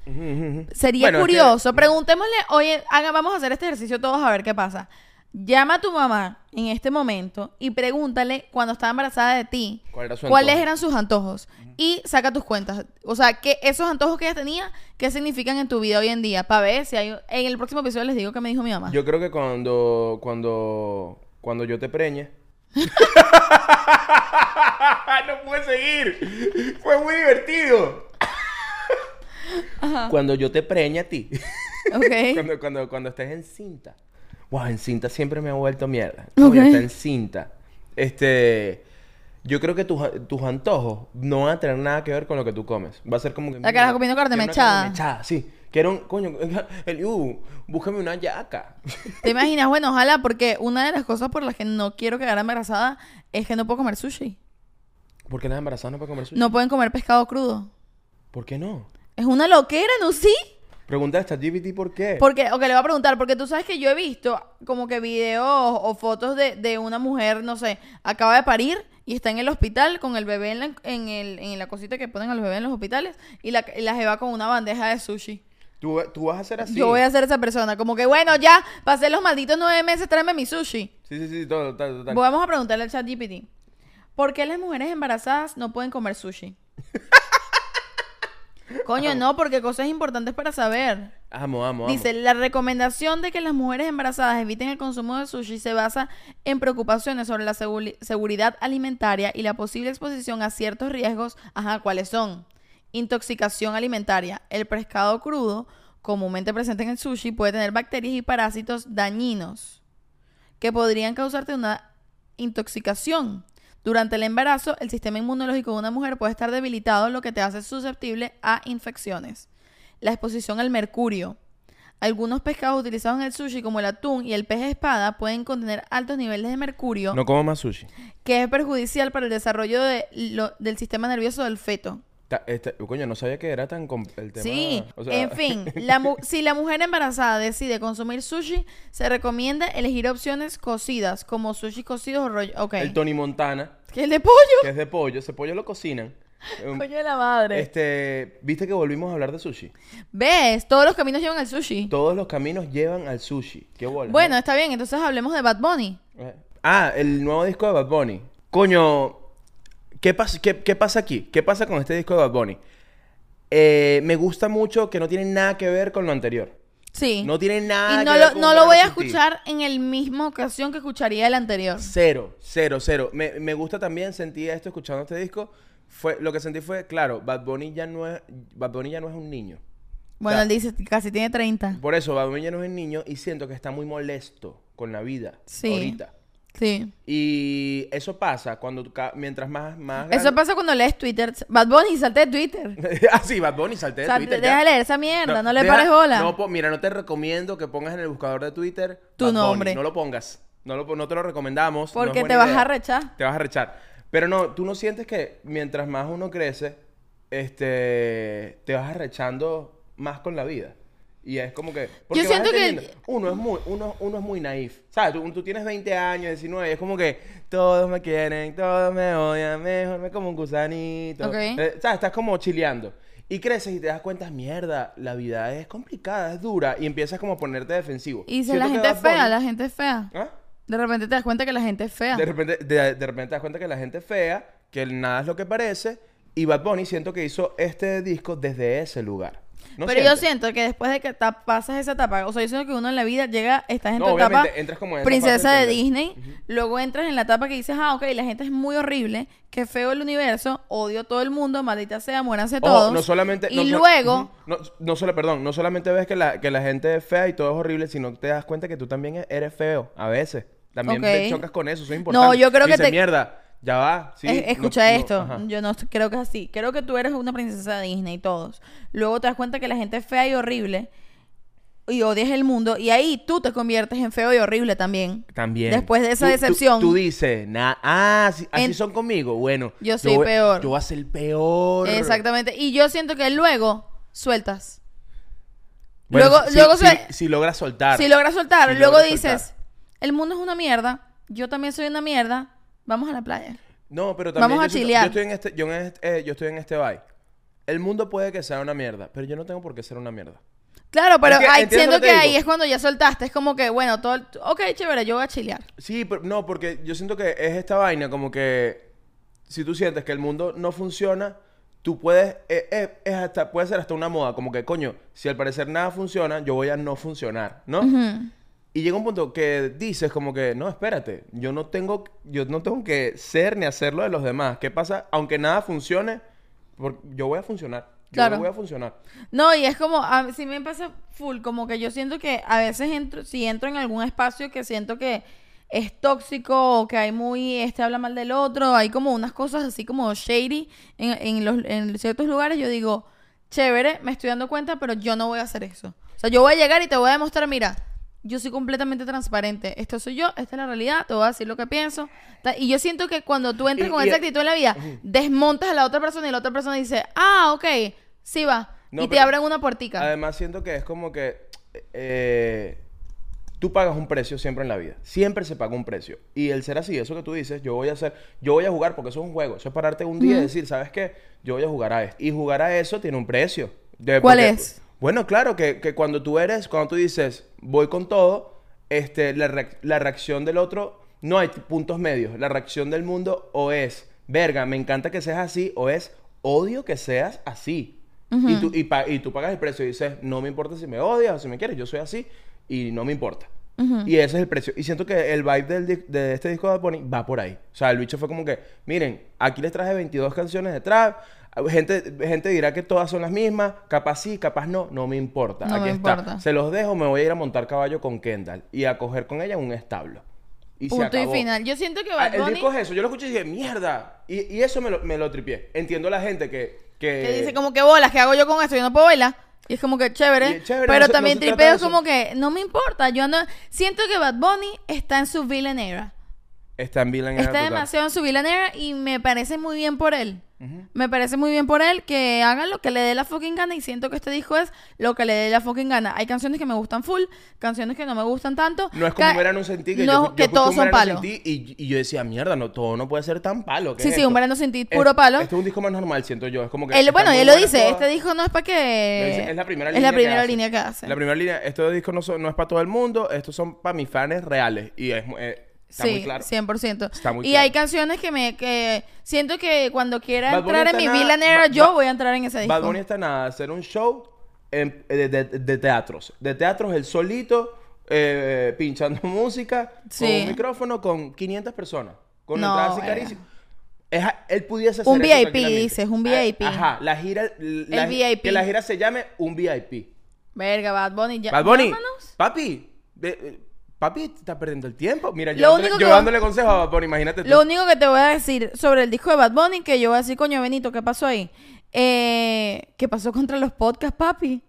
[SPEAKER 2] Sería
[SPEAKER 1] Bueno, es que-
[SPEAKER 2] curioso. Preguntémosle, oye, haga- vamos a hacer este ejercicio todos a ver qué pasa. Llama a tu mamá en este momento y pregúntale cuando estaba embarazada de ti
[SPEAKER 1] ¿Cuál era su
[SPEAKER 2] cuáles
[SPEAKER 1] antojo?
[SPEAKER 2] eran sus antojos y saca tus cuentas. O sea, que esos antojos que ella tenía, ¿qué significan en tu vida hoy en día? Para ver si hay... En el próximo episodio les digo qué me dijo mi mamá.
[SPEAKER 1] Yo creo que cuando, cuando, cuando yo te preñe. no pude seguir. Fue muy divertido. Cuando yo te preñe a ti.
[SPEAKER 2] Ok.
[SPEAKER 1] cuando, cuando, cuando estés en cinta. Wow, en cinta siempre me ha vuelto mierda. Coño,
[SPEAKER 2] Ok.
[SPEAKER 1] está en cinta. Este. Yo creo que tus, tus antojos no van a tener nada que ver con lo que tú comes. Va a ser como que.
[SPEAKER 2] La que estás comiendo
[SPEAKER 1] "Mira,
[SPEAKER 2] carne
[SPEAKER 1] quiero una
[SPEAKER 2] mechada".
[SPEAKER 1] mechada, sí. Quiero un. Coño, el, uh, búscame una yaca.
[SPEAKER 2] ¿Te imaginas? Bueno, ojalá, porque una de las cosas por las que no quiero quedar embarazada es que no puedo comer sushi.
[SPEAKER 1] ¿Por qué las embarazadas no pueden comer sushi?
[SPEAKER 2] No pueden comer pescado crudo.
[SPEAKER 1] ¿Por qué no?
[SPEAKER 2] Es una loquera, ¿no? Sí.
[SPEAKER 1] Pregunta a ChatGPT por qué.
[SPEAKER 2] Porque, ok, le voy a preguntar, porque tú sabes que yo he visto como que videos o fotos de, de una mujer, no sé, acaba de parir y está en el hospital con el bebé en la, en el, en la cosita que ponen a los bebés en los hospitales y la, y la jeva con una bandeja de sushi.
[SPEAKER 1] Tú, tú vas a hacer así.
[SPEAKER 2] Yo voy a ser esa persona, como que bueno, ya pasé los malditos nueve meses, tráeme mi sushi.
[SPEAKER 1] Sí, sí, sí, todo, total, total.
[SPEAKER 2] Vamos a preguntarle al chat GPT, ¿por qué las mujeres embarazadas no pueden comer sushi? Coño, no, porque cosas importantes para saber.
[SPEAKER 1] Amo, amo, amo.
[SPEAKER 2] Dice, la recomendación de que las mujeres embarazadas eviten el consumo de sushi se basa en preocupaciones sobre la seguri- seguridad alimentaria y la posible exposición a ciertos riesgos. Ajá, ¿cuáles son? Intoxicación alimentaria. El pescado crudo, comúnmente presente en el sushi, puede tener bacterias y parásitos dañinos que podrían causarte una intoxicación. Durante el embarazo, el sistema inmunológico de una mujer puede estar debilitado, lo que te hace susceptible a infecciones. La exposición al mercurio. Algunos pescados utilizados en el sushi, como el atún y el pez espada, pueden contener altos niveles de mercurio,
[SPEAKER 1] No como más sushi.
[SPEAKER 2] que es perjudicial para el desarrollo de lo- del sistema nervioso del feto.
[SPEAKER 1] Ta- este- coño, no sabía que era tan... com- El tema,
[SPEAKER 2] Sí,
[SPEAKER 1] o sea,
[SPEAKER 2] en fin, la mu- si la mujer embarazada decide consumir sushi, se recomienda elegir opciones cocidas, como sushi cocidos o rollo. Ok.
[SPEAKER 1] El Tony Montana,
[SPEAKER 2] ¿Qué el de pollo?
[SPEAKER 1] que es de pollo. Ese pollo lo cocinan. Um,
[SPEAKER 2] Coño de la madre.
[SPEAKER 1] Este, viste que volvimos a hablar de sushi.
[SPEAKER 2] ¿Ves? Todos los caminos llevan al sushi.
[SPEAKER 1] Todos los caminos llevan al sushi. Qué bola. ¿no?
[SPEAKER 2] Bueno, está bien, entonces hablemos de Bad Bunny.
[SPEAKER 1] Eh, Ah, el nuevo disco de Bad Bunny. Coño, ¿qué, pas- qué- qué pasa aquí? ¿Qué pasa con este disco de Bad Bunny? Eh, me gusta mucho que no tiene nada que ver con lo anterior.
[SPEAKER 2] Sí.
[SPEAKER 1] No tiene nada
[SPEAKER 2] y
[SPEAKER 1] que
[SPEAKER 2] no
[SPEAKER 1] ver
[SPEAKER 2] lo,
[SPEAKER 1] con
[SPEAKER 2] no lo voy a
[SPEAKER 1] Brad Pitt.
[SPEAKER 2] escuchar en el misma ocasión que escucharía el anterior.
[SPEAKER 1] Cero, cero, cero. Me, me gusta también, sentí esto escuchando este disco. Fue, lo que sentí fue, claro, Bad Bunny ya no es, Bad Bunny ya no es un niño.
[SPEAKER 2] Bueno,
[SPEAKER 1] Ya.
[SPEAKER 2] él dice, casi tiene 30.
[SPEAKER 1] Por eso, Bad Bunny ya no es un niño y siento que está muy molesto con la vida
[SPEAKER 2] Sí.
[SPEAKER 1] ahorita.
[SPEAKER 2] Sí.
[SPEAKER 1] Y eso pasa cuando tú ca- mientras más, más
[SPEAKER 2] Eso pasa cuando lees Twitter. Bad Bunny, salte de Twitter.
[SPEAKER 1] pasa. ah, sí, Bad Bunny, salté de
[SPEAKER 2] O sea,
[SPEAKER 1] Twitter.
[SPEAKER 2] deja
[SPEAKER 1] ya.
[SPEAKER 2] de leer esa mierda, no, le
[SPEAKER 1] deja-
[SPEAKER 2] pares bola.
[SPEAKER 1] no pues, po- mira, no te recomiendo que pongas en el buscador de Twitter
[SPEAKER 2] Tu
[SPEAKER 1] Bad Bunny.
[SPEAKER 2] nombre.
[SPEAKER 1] No lo pongas. No, lo, pon- no te lo recomendamos. no es
[SPEAKER 2] porque
[SPEAKER 1] buena
[SPEAKER 2] te vas
[SPEAKER 1] idea.
[SPEAKER 2] a rechar.
[SPEAKER 1] Te vas a rechar. Pero no, tú no sientes que mientras más uno crece, este, te vas arrechando más con la vida. Y es como que... porque vas
[SPEAKER 2] siento que-
[SPEAKER 1] entendiendo. Uno es muy, uno, uno es muy naif. ¿Sabes? Tú, tú tienes 20 años, 19, y es como que todos me quieren, todos me odian, mejor me como un gusanito.
[SPEAKER 2] Ok.
[SPEAKER 1] Eh, ¿Sabes? Estás como chileando. Y creces y te das cuenta, mierda, la vida es complicada, es dura. Y empiezas como a ponerte defensivo.
[SPEAKER 2] Y dice,
[SPEAKER 1] Siento
[SPEAKER 2] la
[SPEAKER 1] que
[SPEAKER 2] gente es
[SPEAKER 1] Bad Bunny-
[SPEAKER 2] fea, la gente es fea.
[SPEAKER 1] ¿Ah?
[SPEAKER 2] De repente te das cuenta que la gente es fea.
[SPEAKER 1] De repente, de, de repente te das cuenta que la gente es fea, que el nada es lo que parece. Y Bad Bunny siento que hizo este disco desde ese lugar. ¿No
[SPEAKER 2] Pero yo
[SPEAKER 1] sientes?
[SPEAKER 2] siento que después de que ta- pasas esa etapa, o sea, yo siento que uno en la vida llega, estás en
[SPEAKER 1] No,
[SPEAKER 2] tu etapa
[SPEAKER 1] obviamente, entras como en esa
[SPEAKER 2] princesa
[SPEAKER 1] fase
[SPEAKER 2] de
[SPEAKER 1] de-
[SPEAKER 2] Disney, luego entras en la etapa que dices, ah, ok, la gente es muy horrible, qué feo el universo, odio a todo el mundo, maldita sea, muéranse
[SPEAKER 1] Ojo,
[SPEAKER 2] todos.
[SPEAKER 1] no solamente.
[SPEAKER 2] Y
[SPEAKER 1] no so-
[SPEAKER 2] luego,
[SPEAKER 1] Ujú. no, no solo, perdón, no solamente ves que la, que la gente es fea y todo es horrible, sino que te das cuenta que tú también e-, eres feo a veces. También te
[SPEAKER 2] Ok.
[SPEAKER 1] chocas con eso, eso es importante.
[SPEAKER 2] yo creo que
[SPEAKER 1] Dices,
[SPEAKER 2] te-
[SPEAKER 1] mierda, ya va. sí,
[SPEAKER 2] Es-
[SPEAKER 1] no-
[SPEAKER 2] escucha
[SPEAKER 1] no,
[SPEAKER 2] esto,
[SPEAKER 1] ajá.
[SPEAKER 2] yo no estoy- creo que es así. Creo que tú eres una princesa de Disney y todos. Luego te das cuenta que la gente es fea y horrible y odias el mundo y ahí tú te conviertes en feo y horrible también.
[SPEAKER 1] También.
[SPEAKER 2] Después de esa
[SPEAKER 1] Tú- tú-
[SPEAKER 2] decepción.
[SPEAKER 1] Tú, dices, na- ah, así, así
[SPEAKER 2] En-
[SPEAKER 1] son conmigo. Bueno,
[SPEAKER 2] Yo soy
[SPEAKER 1] voy-
[SPEAKER 2] peor.
[SPEAKER 1] Yo voy a ser peor.
[SPEAKER 2] Exactamente. Y yo siento que luego sueltas.
[SPEAKER 1] Bueno,
[SPEAKER 2] luego
[SPEAKER 1] si,
[SPEAKER 2] luego
[SPEAKER 1] si-
[SPEAKER 2] suel-
[SPEAKER 1] si logras soltar.
[SPEAKER 2] si logras soltar,
[SPEAKER 1] Si
[SPEAKER 2] luego
[SPEAKER 1] logras
[SPEAKER 2] dices,
[SPEAKER 1] soltar.
[SPEAKER 2] el mundo es una mierda, yo también soy una mierda, vamos a la playa.
[SPEAKER 1] No, pero también
[SPEAKER 2] Vamos
[SPEAKER 1] yo
[SPEAKER 2] a
[SPEAKER 1] siento-
[SPEAKER 2] chilear.
[SPEAKER 1] Yo estoy en este, yo en este, eh, yo estoy en este vibe. El mundo puede que sea una mierda, pero yo no tengo por qué ser una mierda.
[SPEAKER 2] Claro, pero
[SPEAKER 1] Es que
[SPEAKER 2] ahí-
[SPEAKER 1] entiendo
[SPEAKER 2] siento
[SPEAKER 1] lo
[SPEAKER 2] que
[SPEAKER 1] que digo.
[SPEAKER 2] ahí es cuando ya soltaste, es como que, bueno, todo, el- ok, chévere, yo voy a chilear.
[SPEAKER 1] Sí, pero no, porque yo siento que es esta vaina como que si tú sientes que el mundo no funciona, tú puedes eh, eh, es hasta puede ser hasta una moda, como que coño, si al parecer nada funciona, yo voy a no funcionar, ¿no?
[SPEAKER 2] Ujú.
[SPEAKER 1] Y llega un punto que dices como que, no, espérate, yo no tengo, yo no tengo que ser ni hacerlo de los demás. ¿Qué pasa? Aunque nada funcione, por- yo voy a funcionar. Yo
[SPEAKER 2] Claro.
[SPEAKER 1] voy a funcionar.
[SPEAKER 2] No, y es como, a, si me pasa full, como que yo siento que a veces entro, si entro en algún espacio que siento que es tóxico o que hay muy, este habla mal del otro, hay como unas cosas así como shady en, en los, en ciertos lugares, yo digo, chévere, me estoy dando cuenta, pero yo no voy a hacer eso. O sea, yo voy a llegar y te voy a demostrar, mira, yo soy completamente transparente, esto soy yo, esta es la realidad, te voy a decir lo que pienso. ta- Y yo siento que cuando tú entras
[SPEAKER 1] Y-
[SPEAKER 2] con
[SPEAKER 1] y-
[SPEAKER 2] esa actitud en la vida, desmontas a la otra persona y la otra persona dice, ah, ok, sí va.
[SPEAKER 1] No,
[SPEAKER 2] y te
[SPEAKER 1] pero-
[SPEAKER 2] abren una puertica.
[SPEAKER 1] Además siento que es como que eh, tú pagas un precio siempre en la vida. Siempre se paga un precio. Y el ser así, eso que tú dices, yo voy a hacer, yo voy a jugar porque eso es un juego. Eso es pararte un día y decir, ¿sabes qué? Yo voy a jugar a esto. Y jugar a eso tiene un precio. De-
[SPEAKER 2] ¿Cuál es?
[SPEAKER 1] Bueno, claro, que, que cuando tú eres, cuando tú dices, voy con todo, este, la, reac- la reacción del otro, no hay puntos medios. La reacción del mundo o es, verga, me encanta que seas así, o es, odio que seas así. y, tú, y, pa- y tú pagas el precio y dices, no me importa si me odias o si me quieres, yo soy así y no me importa. Y ese es el precio. Y siento que el vibe del di- de este disco de Bad Bunny va por ahí. O sea, el bicho fue como que, miren, aquí les traje 22 canciones de trap. Gente, gente dirá que todas son las mismas, capaz sí, capaz no, no me importa.
[SPEAKER 2] No
[SPEAKER 1] aquí
[SPEAKER 2] me
[SPEAKER 1] está.
[SPEAKER 2] importa.
[SPEAKER 1] Se los dejo, me voy a ir a montar caballo con Kendall y a coger con ella un establo. Y se
[SPEAKER 2] Punto y
[SPEAKER 1] acabó.
[SPEAKER 2] final. Yo siento que
[SPEAKER 1] Ah,
[SPEAKER 2] Bad
[SPEAKER 1] El
[SPEAKER 2] Bunny
[SPEAKER 1] disco es eso. Yo lo escuché y dije, mierda. Y, y eso me lo, me lo tripié. Entiendo a la gente que... Que,
[SPEAKER 2] que dice como que bolas, ¿qué hago yo con esto? Yo no puedo bailar. Y es como que
[SPEAKER 1] Y
[SPEAKER 2] chévere.
[SPEAKER 1] es chévere,
[SPEAKER 2] pero
[SPEAKER 1] no se- no
[SPEAKER 2] también
[SPEAKER 1] se trata
[SPEAKER 2] tripeo
[SPEAKER 1] de
[SPEAKER 2] es
[SPEAKER 1] eso.
[SPEAKER 2] como que no me importa. Yo ando... Siento que Bad Bunny está en su villain era.
[SPEAKER 1] Está en Villain
[SPEAKER 2] Está demasiado en su villain era y me parece muy bien por él. Me parece muy bien por él que haga lo que le dé la fucking gana y siento que este disco es lo que le dé la fucking gana. Hay canciones que me gustan full, canciones que no me gustan tanto.
[SPEAKER 1] No es como
[SPEAKER 2] Ca-
[SPEAKER 1] un verano sin ti, que
[SPEAKER 2] no,
[SPEAKER 1] yo, yo
[SPEAKER 2] que
[SPEAKER 1] escuché
[SPEAKER 2] todos
[SPEAKER 1] un
[SPEAKER 2] son
[SPEAKER 1] verano
[SPEAKER 2] palos.
[SPEAKER 1] sin ti y, y yo decía, mierda, no, todo no puede ser tan palo. ¿qué
[SPEAKER 2] Sí,
[SPEAKER 1] es
[SPEAKER 2] sí,
[SPEAKER 1] esto?
[SPEAKER 2] un verano sin ti, puro palo.
[SPEAKER 1] Este es un disco más normal, siento yo. Es como que.
[SPEAKER 2] Él,
[SPEAKER 1] están
[SPEAKER 2] bueno,
[SPEAKER 1] muy
[SPEAKER 2] él lo
[SPEAKER 1] buenas
[SPEAKER 2] dice,
[SPEAKER 1] todas.
[SPEAKER 2] este disco no es para
[SPEAKER 1] Lo
[SPEAKER 2] que...
[SPEAKER 1] dice, Es la primera
[SPEAKER 2] es
[SPEAKER 1] línea.
[SPEAKER 2] la primera
[SPEAKER 1] hace.
[SPEAKER 2] línea que hace.
[SPEAKER 1] La primera línea. Estos discos no, son- no es para todo el mundo. Estos son para mis fans reales. Y es, mu- eh, está
[SPEAKER 2] sí,
[SPEAKER 1] muy claro.
[SPEAKER 2] 100%.
[SPEAKER 1] Está muy
[SPEAKER 2] y
[SPEAKER 1] claro.
[SPEAKER 2] hay canciones que me que siento que cuando quiera
[SPEAKER 1] Bad Bunny
[SPEAKER 2] entrar
[SPEAKER 1] está
[SPEAKER 2] en mi
[SPEAKER 1] nada-
[SPEAKER 2] Villain Era,
[SPEAKER 1] Ba-
[SPEAKER 2] yo
[SPEAKER 1] Ba-
[SPEAKER 2] voy a entrar en ese disco.
[SPEAKER 1] Bad Bunny está nada, hacer un show en- eh, de, de- de teatros. De teatros, él solito, eh, pinchando música, con
[SPEAKER 2] Sí.
[SPEAKER 1] un micrófono, con 500 personas. Con
[SPEAKER 2] No,
[SPEAKER 1] entradas y
[SPEAKER 2] verga.
[SPEAKER 1] carísimas. Es a- él pudiese hacer
[SPEAKER 2] Un
[SPEAKER 1] eso
[SPEAKER 2] VIP,
[SPEAKER 1] tranquilamente.
[SPEAKER 2] dices, un
[SPEAKER 1] A-
[SPEAKER 2] VIP.
[SPEAKER 1] Ajá, la gira. La,
[SPEAKER 2] El VIP.
[SPEAKER 1] Que la gira se llame un VIP.
[SPEAKER 2] Verga, Bad Bunny. Ya,
[SPEAKER 1] Bad Bunny,
[SPEAKER 2] llámanos.
[SPEAKER 1] papi, ve- eh, papi, te estás perdiendo el tiempo. Mira, yo,
[SPEAKER 2] Lo
[SPEAKER 1] dándole,
[SPEAKER 2] único
[SPEAKER 1] yo
[SPEAKER 2] que-
[SPEAKER 1] dándole consejo a Bad Bunny, imagínate tú.
[SPEAKER 2] Lo único que te voy a decir sobre el disco de Bad Bunny, que yo voy a decir, coño Benito, ¿qué pasó ahí? Eh, ¿Qué pasó contra los podcasts, papi?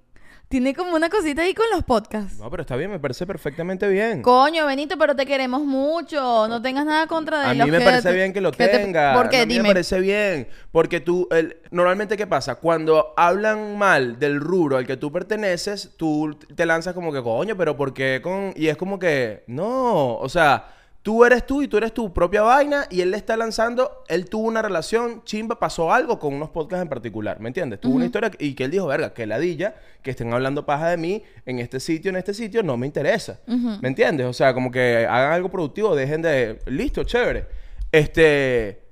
[SPEAKER 2] Tiene como una cosita ahí con los podcasts.
[SPEAKER 1] No, pero está bien, me parece perfectamente bien.
[SPEAKER 2] Coño, Benito, pero te queremos mucho. No tengas nada contra de
[SPEAKER 1] A
[SPEAKER 2] los
[SPEAKER 1] mí me
[SPEAKER 2] que
[SPEAKER 1] parece
[SPEAKER 2] te-
[SPEAKER 1] bien que lo
[SPEAKER 2] te-
[SPEAKER 1] tenga.
[SPEAKER 2] ¿Por qué?
[SPEAKER 1] A mí
[SPEAKER 2] Dime.
[SPEAKER 1] me parece bien. Porque tú, el- normalmente, ¿qué pasa? Cuando hablan mal del rubro al que tú perteneces, tú te lanzas como que, coño, pero ¿por qué con...? Y es como que, no, o sea... Tú eres tú y tú eres tu propia vaina y él le está lanzando, él tuvo una relación chimba, pasó algo con unos podcasts en particular, ¿me entiendes? Tuvo una historia y que él dijo, verga, que ladilla, que estén hablando paja de mí en este sitio, en este sitio, no me interesa, ¿me entiendes? O sea, como que hagan algo productivo, dejen de, listo, chévere. Este,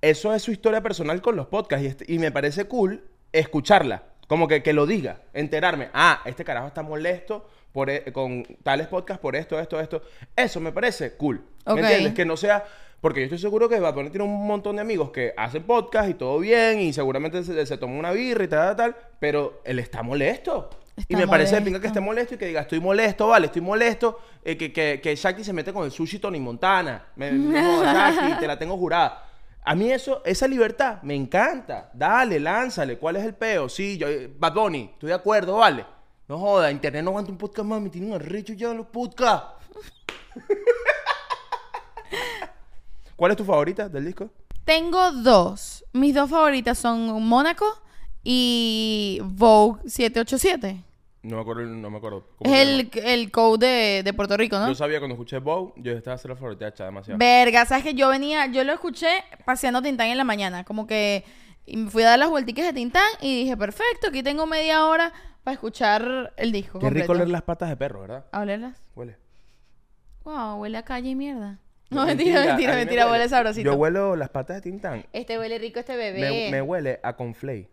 [SPEAKER 1] eso es su historia personal con los podcasts y, este- y me parece cool escucharla, como que, que lo diga, enterarme, ah, este carajo está molesto por, e- con tales podcasts por esto, esto, esto. Eso me parece cool.
[SPEAKER 2] Ok.
[SPEAKER 1] ¿Me entiendes? Que no sea... Porque yo estoy seguro que Bad Bunny tiene un montón de amigos que hacen podcast y todo bien y seguramente se, se toma una birra y tal, tal, tal, pero él está molesto.
[SPEAKER 2] Está
[SPEAKER 1] y me parece de
[SPEAKER 2] molesto.
[SPEAKER 1] pinga que esté molesto y que diga, estoy molesto, vale, estoy molesto, eh, que, que, que Shakti se mete con el sushi Tony Montana. Me, me jodas, Shakti, te la tengo jurada. A mí eso, esa libertad, me encanta. Dale, lánzale, ¿cuál es el peo? Sí, yo, eh, Bad Bunny, estoy de acuerdo, vale. No joda, internet no aguanta un podcast más, me tiene un arrecho ya los podcasts. ¿Cuál es tu favorita del disco?
[SPEAKER 2] Tengo dos. Mis dos favoritas son Mónaco y Vogue 787.
[SPEAKER 1] No me acuerdo, no me acuerdo.
[SPEAKER 2] Es el, el code de, de Puerto Rico, ¿no?
[SPEAKER 1] Yo sabía cuando escuché Bow, yo estaba haciendo la favorita demasiado.
[SPEAKER 2] Verga, sabes que yo venía, yo lo escuché paseando Tintán en la mañana, como que y me fui a dar las vuelticas de Tintán y dije, perfecto, aquí tengo media hora para escuchar el disco.
[SPEAKER 1] Qué rico
[SPEAKER 2] completo".
[SPEAKER 1] oler las patas de perro, ¿verdad?
[SPEAKER 2] ¿A olerlas?
[SPEAKER 1] Huele.
[SPEAKER 2] Wow, huele a calle y mierda. No, mentira, mentira,
[SPEAKER 1] a mí me
[SPEAKER 2] mentira, huele sabrosito.
[SPEAKER 1] Yo huelo las patas de Tintán.
[SPEAKER 2] Este huele rico este bebé.
[SPEAKER 1] Me, me huele a conflay.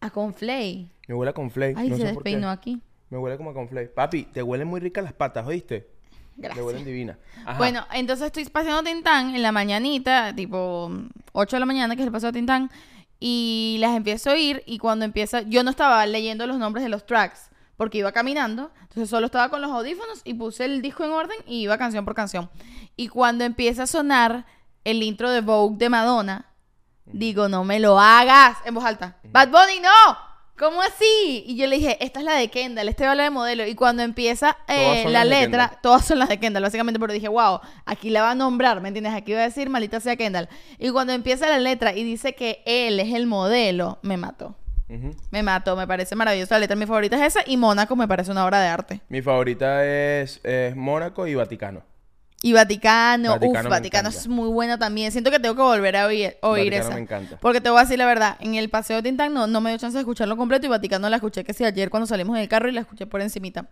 [SPEAKER 2] A conflay.
[SPEAKER 1] Me huele a conflay.
[SPEAKER 2] Ay,
[SPEAKER 1] no
[SPEAKER 2] se
[SPEAKER 1] sé por qué.
[SPEAKER 2] despeinó aquí.
[SPEAKER 1] Me huele como a conflay. Papi, te huelen muy ricas las patas, ¿oíste? Te
[SPEAKER 2] Gracias.
[SPEAKER 1] huelen divinas. Ajá.
[SPEAKER 2] Bueno, entonces estoy paseando Tintán en la mañanita, tipo 8 de la mañana, que es el paseo de Tintán, y las empiezo a oír y cuando empieza, yo no estaba leyendo los nombres de los tracks, porque iba caminando, entonces solo estaba con los audífonos y puse el disco en orden y iba canción por canción. Y cuando empieza a sonar el intro de Vogue de Madonna, digo, no me lo hagas en voz alta. Bad Bunny, no. ¿Cómo así? Y yo le dije, esta es la de Kendall, este habla de modelo. Y cuando empieza eh,
[SPEAKER 1] son
[SPEAKER 2] la
[SPEAKER 1] las de
[SPEAKER 2] letra,
[SPEAKER 1] Kendall.
[SPEAKER 2] todas son las de Kendall, básicamente, pero dije, wow, aquí la va a nombrar, ¿me entiendes? Aquí va a decir, malita sea Kendall. Y cuando empieza la letra y dice que él es el modelo, me mató.
[SPEAKER 1] Ujú.
[SPEAKER 2] Me mató, me parece maravillosa la letra. Mi favorita es esa y Mónaco me parece una obra de arte.
[SPEAKER 1] Mi favorita es, es Mónaco y Vaticano.
[SPEAKER 2] Y Vaticano,
[SPEAKER 1] Vaticano
[SPEAKER 2] uff,
[SPEAKER 1] me
[SPEAKER 2] Vaticano
[SPEAKER 1] encanta.
[SPEAKER 2] es muy buena también. Siento que tengo que volver a oír, oír
[SPEAKER 1] Vaticano
[SPEAKER 2] esa.
[SPEAKER 1] me encanta.
[SPEAKER 2] Porque te voy a decir la verdad, en el paseo de Tintán no, no me dio chance de escucharlo completo y Vaticano la escuché que sí ayer cuando salimos en el carro y la escuché por encimita.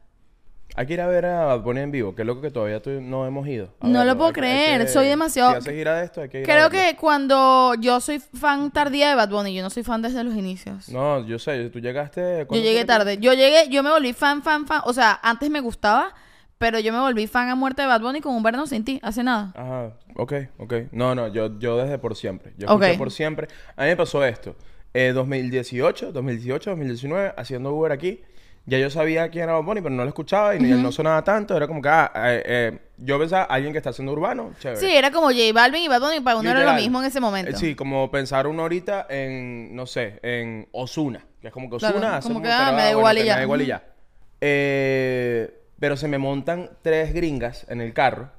[SPEAKER 1] Hay que ir a ver a Bad Bunny en vivo. Qué loco que todavía tú- no hemos ido. A
[SPEAKER 2] No
[SPEAKER 1] verlo.
[SPEAKER 2] lo puedo
[SPEAKER 1] Hay que-
[SPEAKER 2] creer,
[SPEAKER 1] hay que-
[SPEAKER 2] soy demasiado-
[SPEAKER 1] Si haces gira de esto, hay que ir a
[SPEAKER 2] Creo
[SPEAKER 1] verlo.
[SPEAKER 2] que cuando yo soy fan tardía de Bad Bunny, yo no soy fan desde los inicios.
[SPEAKER 1] No, yo sé. Tú llegaste...
[SPEAKER 2] yo
[SPEAKER 1] ¿cuándo
[SPEAKER 2] llegué
[SPEAKER 1] fue que-
[SPEAKER 2] tarde. Yo llegué, yo me volví fan, fan, fan. O sea, antes me gustaba, pero yo me volví fan a muerte de Bad Bunny con un verano sin ti, hace nada.
[SPEAKER 1] Ajá, ok, ok. No, no, yo, yo desde por siempre. Yo
[SPEAKER 2] Ok.
[SPEAKER 1] escuché por siempre. A mí me pasó esto. Eh, 2018, 2018, 2019, haciendo Uber aquí. Ya yo sabía quién era Bad Bunny, pero no lo escuchaba y ni- no sonaba tanto. Era como que, ah, eh, eh, yo pensaba, alguien que está haciendo urbano, chévere.
[SPEAKER 2] Sí, era como J Balvin y Bad Bunny, para uno era lo
[SPEAKER 1] Literal.
[SPEAKER 2] mismo en ese momento.
[SPEAKER 1] Eh, sí, como pensar uno ahorita en, no sé, en Osuna. Que es como que
[SPEAKER 2] Claro,
[SPEAKER 1] Osuna
[SPEAKER 2] como
[SPEAKER 1] hace
[SPEAKER 2] que,
[SPEAKER 1] un-
[SPEAKER 2] ah,
[SPEAKER 1] pero,
[SPEAKER 2] me da igual y
[SPEAKER 1] que
[SPEAKER 2] ya.
[SPEAKER 1] Me da igual y
[SPEAKER 2] Ujú.
[SPEAKER 1] ya. Eh, pero se me montan tres gringas en el carro.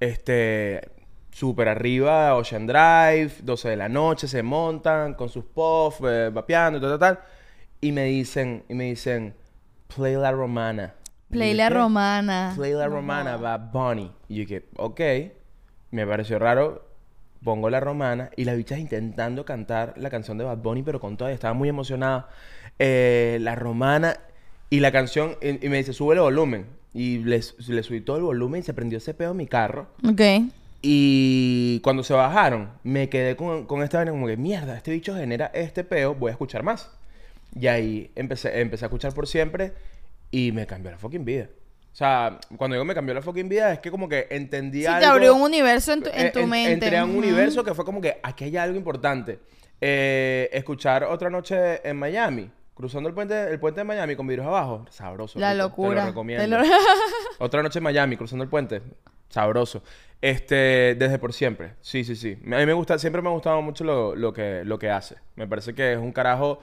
[SPEAKER 1] Este, súper arriba, Ocean Drive, 12 de la noche, se montan con sus puffs, eh, vapeando, tal, tal, tal. Y me dicen, y me dicen, play la romana.
[SPEAKER 2] Play
[SPEAKER 1] Y yo,
[SPEAKER 2] la
[SPEAKER 1] ¿qué?
[SPEAKER 2] romana.
[SPEAKER 1] Play La Romana va Bunny. Y yo que, ok, me pareció raro. Pongo La Romana y la bicha intentando cantar la canción de Bad Bunny, pero con toda, estaba muy emocionada. Eh, la Romana y la canción, y, y me dice, sube el volumen. Y le, le subí todo el volumen y se prendió ese pedo en mi carro.
[SPEAKER 2] Ok.
[SPEAKER 1] Y cuando se bajaron, me quedé con, con esta vaina como que, mierda, este bicho genera este peo, voy a escuchar más. Y ahí empecé, empecé a escuchar por siempre y me cambió la fucking vida. O sea, cuando digo me cambió la fucking vida, es que como que entendí
[SPEAKER 2] Sí,
[SPEAKER 1] algo.
[SPEAKER 2] te abrió un universo en tu, en
[SPEAKER 1] Eh,
[SPEAKER 2] tu
[SPEAKER 1] en-
[SPEAKER 2] mente.
[SPEAKER 1] Entré a un
[SPEAKER 2] Ujú.
[SPEAKER 1] universo que fue como que aquí hay algo importante. Eh, escuchar otra noche en Miami, cruzando el puente, el puente de Miami con vidrios abajo, sabroso.
[SPEAKER 2] La
[SPEAKER 1] rico, Te
[SPEAKER 2] locura.
[SPEAKER 1] lo recomiendo.
[SPEAKER 2] Te lo-
[SPEAKER 1] otra noche en Miami, cruzando el puente, sabroso. Este, desde por siempre. Sí, sí, sí. A mí me gusta, siempre me ha gustado mucho lo, lo que, lo que hace. Me parece que es un carajo,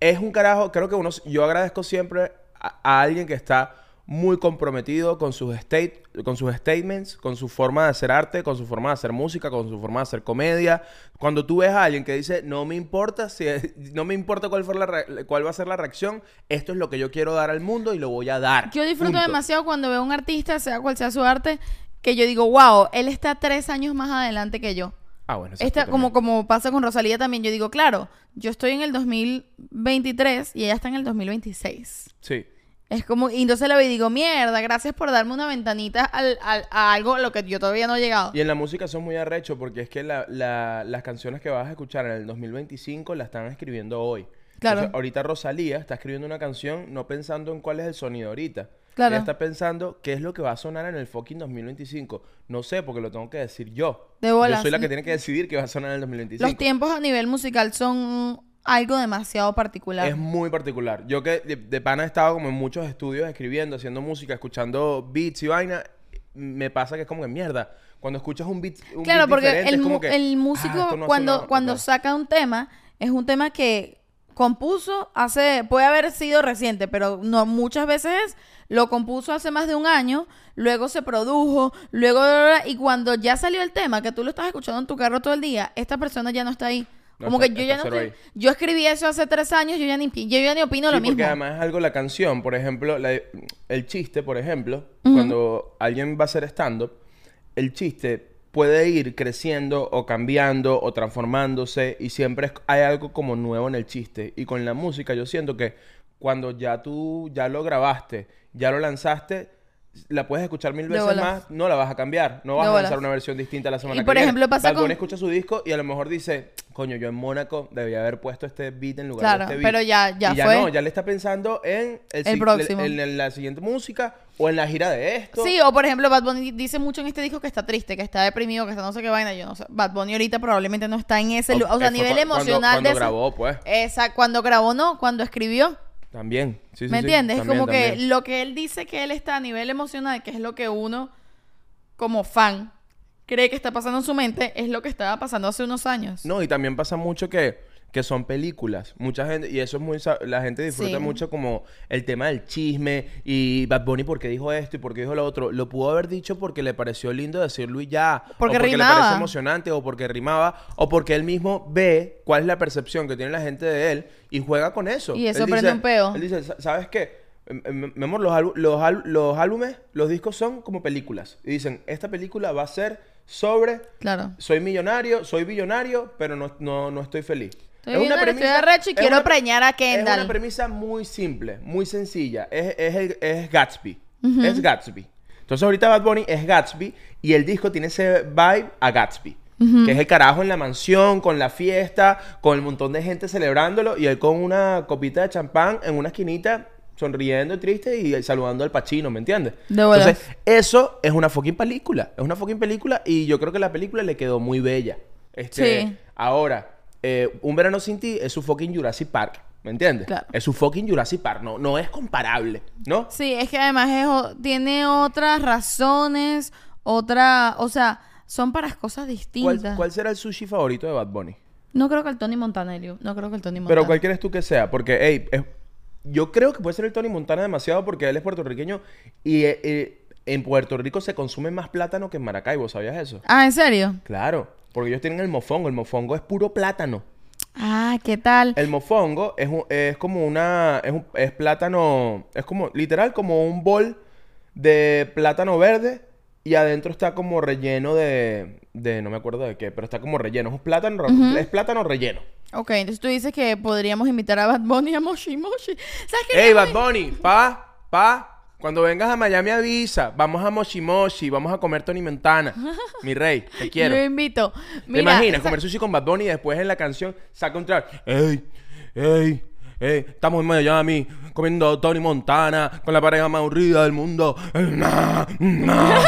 [SPEAKER 1] es un carajo, creo que uno, yo agradezco siempre a, a alguien que está muy comprometido con sus, state, con sus statements, con su forma de hacer arte, con su forma de hacer música, con su forma de hacer comedia. Cuando tú ves a alguien que dice, no me importa si es- no me importa cuál, fue la re- cuál va a ser la reacción, esto es lo que yo quiero dar al mundo y lo voy a dar.
[SPEAKER 2] Yo disfruto
[SPEAKER 1] Punto.
[SPEAKER 2] demasiado cuando veo a un artista, sea cual sea su arte, que yo digo, wow, él está tres años más adelante que yo.
[SPEAKER 1] Ah, bueno, eso
[SPEAKER 2] Esta,
[SPEAKER 1] está
[SPEAKER 2] como,
[SPEAKER 1] también.
[SPEAKER 2] como pasa con Rosalía también, yo digo, claro, yo estoy en el 2023 y ella está en el 2026.
[SPEAKER 1] Sí.
[SPEAKER 2] Es como, y entonces la veo y digo, mierda, gracias por darme una ventanita al, al- a algo a lo que yo todavía no he llegado.
[SPEAKER 1] Y en la música son muy arrecho porque es que la- la- las canciones que vas a escuchar en el 2025 las están escribiendo hoy.
[SPEAKER 2] Claro.
[SPEAKER 1] Entonces, ahorita Rosalía está escribiendo una canción no pensando en cuál es el sonido ahorita.
[SPEAKER 2] Claro.
[SPEAKER 1] Ella está pensando qué es lo que va a sonar en el fucking 2025. No sé, porque lo tengo que decir yo.
[SPEAKER 2] De bolas.
[SPEAKER 1] Yo soy la que tiene que decidir qué va a sonar en el 2025.
[SPEAKER 2] Los tiempos a nivel musical son algo demasiado particular.
[SPEAKER 1] Es muy particular. Yo que de, de pana he estado como en muchos estudios escribiendo, haciendo música, escuchando beats y vaina, me pasa que es como que mierda. Cuando escuchas un beat, un
[SPEAKER 2] Claro,
[SPEAKER 1] beat
[SPEAKER 2] porque
[SPEAKER 1] diferente,
[SPEAKER 2] el,
[SPEAKER 1] es como
[SPEAKER 2] mu-
[SPEAKER 1] que,
[SPEAKER 2] el
[SPEAKER 1] "Ah,
[SPEAKER 2] músico
[SPEAKER 1] esto no ha
[SPEAKER 2] cuando,
[SPEAKER 1] sonado".
[SPEAKER 2] cuando
[SPEAKER 1] Ok.
[SPEAKER 2] saca un tema, es un tema que compuso hace, puede haber sido reciente, pero no muchas veces es, lo compuso hace más de un año, luego se produjo, luego, y cuando ya salió el tema, que tú lo estás escuchando en tu carro todo el día, esta persona ya no está ahí.
[SPEAKER 1] No
[SPEAKER 2] Como
[SPEAKER 1] está-
[SPEAKER 2] que yo
[SPEAKER 1] está
[SPEAKER 2] ya no
[SPEAKER 1] cero
[SPEAKER 2] estoy- yo escribí eso hace tres años, yo ya ni, yo ya ni opino lo
[SPEAKER 1] Sí, porque
[SPEAKER 2] mismo.
[SPEAKER 1] además es algo la canción, por ejemplo, la- el chiste, por ejemplo, cuando alguien va a hacer stand-up, el chiste puede ir creciendo o cambiando o transformándose y siempre es- hay algo como nuevo en el chiste. Y con la música yo siento que cuando ya tú ya lo grabaste, ya lo lanzaste, la puedes escuchar mil
[SPEAKER 2] De
[SPEAKER 1] veces
[SPEAKER 2] bolas.
[SPEAKER 1] más, no la vas a cambiar, no vas
[SPEAKER 2] De
[SPEAKER 1] a lanzar
[SPEAKER 2] bolas.
[SPEAKER 1] una versión distinta la semana que
[SPEAKER 2] Y por
[SPEAKER 1] viene.
[SPEAKER 2] ejemplo pasa
[SPEAKER 1] Bad Bunny
[SPEAKER 2] con-
[SPEAKER 1] escucha su disco y a lo mejor dice, coño, yo en Mónaco debía haber puesto este beat en lugar de
[SPEAKER 2] Claro,
[SPEAKER 1] este beat".
[SPEAKER 2] pero ya- ya
[SPEAKER 1] Y ya
[SPEAKER 2] fue.
[SPEAKER 1] no, ya le está pensando en el, si-
[SPEAKER 2] próximo.
[SPEAKER 1] En, en la siguiente música o en la gira de esto.
[SPEAKER 2] Sí, o por ejemplo, Bad Bunny dice mucho en este disco que está triste, que está deprimido, que está no sé qué vaina. Yo no sé. Bad Bunny ahorita probablemente no está en ese lugar. O sea, a
[SPEAKER 1] fue
[SPEAKER 2] nivel
[SPEAKER 1] cu-
[SPEAKER 2] emocional
[SPEAKER 1] Cuando, cuando
[SPEAKER 2] de eso-
[SPEAKER 1] grabó, pues.
[SPEAKER 2] Esa, cuando grabó, no, cuando escribió.
[SPEAKER 1] También. Sí, sí,
[SPEAKER 2] ¿Me
[SPEAKER 1] sí,
[SPEAKER 2] entiendes? Es
[SPEAKER 1] también,
[SPEAKER 2] como que
[SPEAKER 1] también.
[SPEAKER 2] lo que él dice que él está a nivel emocional, que es lo que uno, como fan, cree que está pasando en su mente, es lo que estaba pasando hace unos años.
[SPEAKER 1] No, y también pasa mucho que, que son películas. Mucha gente, y eso es muy. sa- La gente disfruta
[SPEAKER 2] Sí.
[SPEAKER 1] mucho como el tema del chisme y Bad Bunny porque dijo esto y porque dijo lo otro. Lo pudo haber dicho porque le pareció lindo decirlo y ya.
[SPEAKER 2] Porque
[SPEAKER 1] o porque le
[SPEAKER 2] rimaba.
[SPEAKER 1] pareció emocionante o porque rimaba o porque él mismo ve cuál es la percepción que tiene la gente de él y juega con eso.
[SPEAKER 2] Y eso
[SPEAKER 1] Él
[SPEAKER 2] prende
[SPEAKER 1] dice-
[SPEAKER 2] un peo.
[SPEAKER 1] Él dice, "Sa- ¿sabes qué? Em, em, Mi amor, los, álbu- los, al- los álbumes, los discos son como películas. Y dicen, esta película va a ser sobre
[SPEAKER 2] Claro.
[SPEAKER 1] soy millonario, soy billonario, pero no, no, no estoy feliz.
[SPEAKER 2] Estoy billonario, estoy arrecho y quiero preñar a
[SPEAKER 1] Es
[SPEAKER 2] Kendall.
[SPEAKER 1] una premisa muy simple, muy sencilla. Es, es, el- es Gatsby. Es Gatsby. Entonces ahorita Bad Bunny es Gatsby y el disco tiene ese vibe a Gatsby. Que es el carajo en la mansión, con la fiesta, con el montón de gente celebrándolo y él con una copita de champán en una esquinita, sonriendo, triste y saludando al pachino, ¿me entiendes?
[SPEAKER 2] De bolas.
[SPEAKER 1] Entonces, eso es una fucking película. Es una fucking película y yo creo que la película le quedó muy bella. Este,
[SPEAKER 2] Sí.
[SPEAKER 1] Ahora, eh, Un verano sin ti es su fucking Jurassic Park. ¿Me entiendes?
[SPEAKER 2] Claro.
[SPEAKER 1] Es su fucking Jurassic Park. No, no es comparable, ¿no?
[SPEAKER 2] Sí, es que además es o- tiene otras razones, otra, o sea, son para cosas distintas.
[SPEAKER 1] ¿Cuál, cuál será el sushi favorito de Bad Bunny?
[SPEAKER 2] No creo que el Tony Montana, Eliu. No creo que el Tony Montana.
[SPEAKER 1] Pero cuál quieres tú que sea, porque, hey, es- yo creo que puede ser el Tony Montana demasiado porque él es puertorriqueño y eh, eh, en Puerto Rico se consume más plátano que en Maracaibo, ¿sabías eso?
[SPEAKER 2] Ah, ¿en serio?
[SPEAKER 1] Claro, porque ellos tienen el mofongo, el mofongo es puro plátano.
[SPEAKER 2] Ah, ¿qué tal?
[SPEAKER 1] El mofongo es, un- es como una. Es, un- es plátano. Es como. Literal, como un bol de plátano verde. Y adentro está como relleno de. de no me acuerdo de qué, pero está como relleno. Es un plátano. re- Es plátano relleno.
[SPEAKER 2] Ok, entonces tú dices que podríamos invitar a Bad Bunny a Moshi Moshi. ¿Sabes qué?
[SPEAKER 1] ¡Ey, Bad Bunny! ¡Pa! ¡Pa! Cuando vengas a Miami avisa. Vamos a Moshi Moshi. Vamos a comer Tony Montana. Mi rey, te quiero.
[SPEAKER 2] Yo invito.
[SPEAKER 1] ¿Te
[SPEAKER 2] Mira,
[SPEAKER 1] imaginas
[SPEAKER 2] esa-
[SPEAKER 1] comer sushi con Bad Bunny y después en la canción saca un track? ¡Ey! ¡Ey! Eh, estamos en Miami comiendo Tony Montana con la pareja más aburrida del mundo. Eh, nah, nah.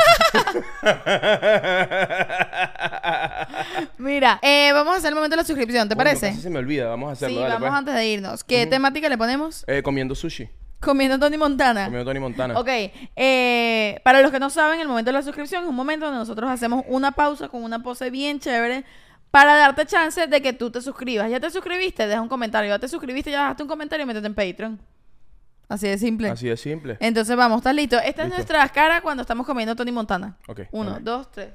[SPEAKER 2] Mira, eh, vamos a hacer el momento de la suscripción, ¿te
[SPEAKER 1] Bueno,
[SPEAKER 2] parece?
[SPEAKER 1] casi se me olvida, vamos a hacerlo.
[SPEAKER 2] Sí,
[SPEAKER 1] dale,
[SPEAKER 2] vamos
[SPEAKER 1] pues.
[SPEAKER 2] antes de irnos. ¿Qué temática le ponemos?
[SPEAKER 1] Eh, comiendo sushi,
[SPEAKER 2] Comiendo Tony Montana.
[SPEAKER 1] comiendo Tony Montana.
[SPEAKER 2] Ah. Ok, eh, para los que no saben, el momento de la suscripción es un momento donde nosotros hacemos una pausa con una pose bien chévere para darte chance de que tú te suscribas. ¿Ya te suscribiste? Deja un comentario. ¿Ya te suscribiste? Ya dejaste un comentario y métete en Patreon. Así de simple.
[SPEAKER 1] Así de simple.
[SPEAKER 2] Entonces vamos, ¿estás listo? Esta es
[SPEAKER 1] Listo.
[SPEAKER 2] nuestra cara cuando estamos comiendo Tony Montana.
[SPEAKER 1] Ok,
[SPEAKER 2] Uno,
[SPEAKER 1] dale.
[SPEAKER 2] dos, tres.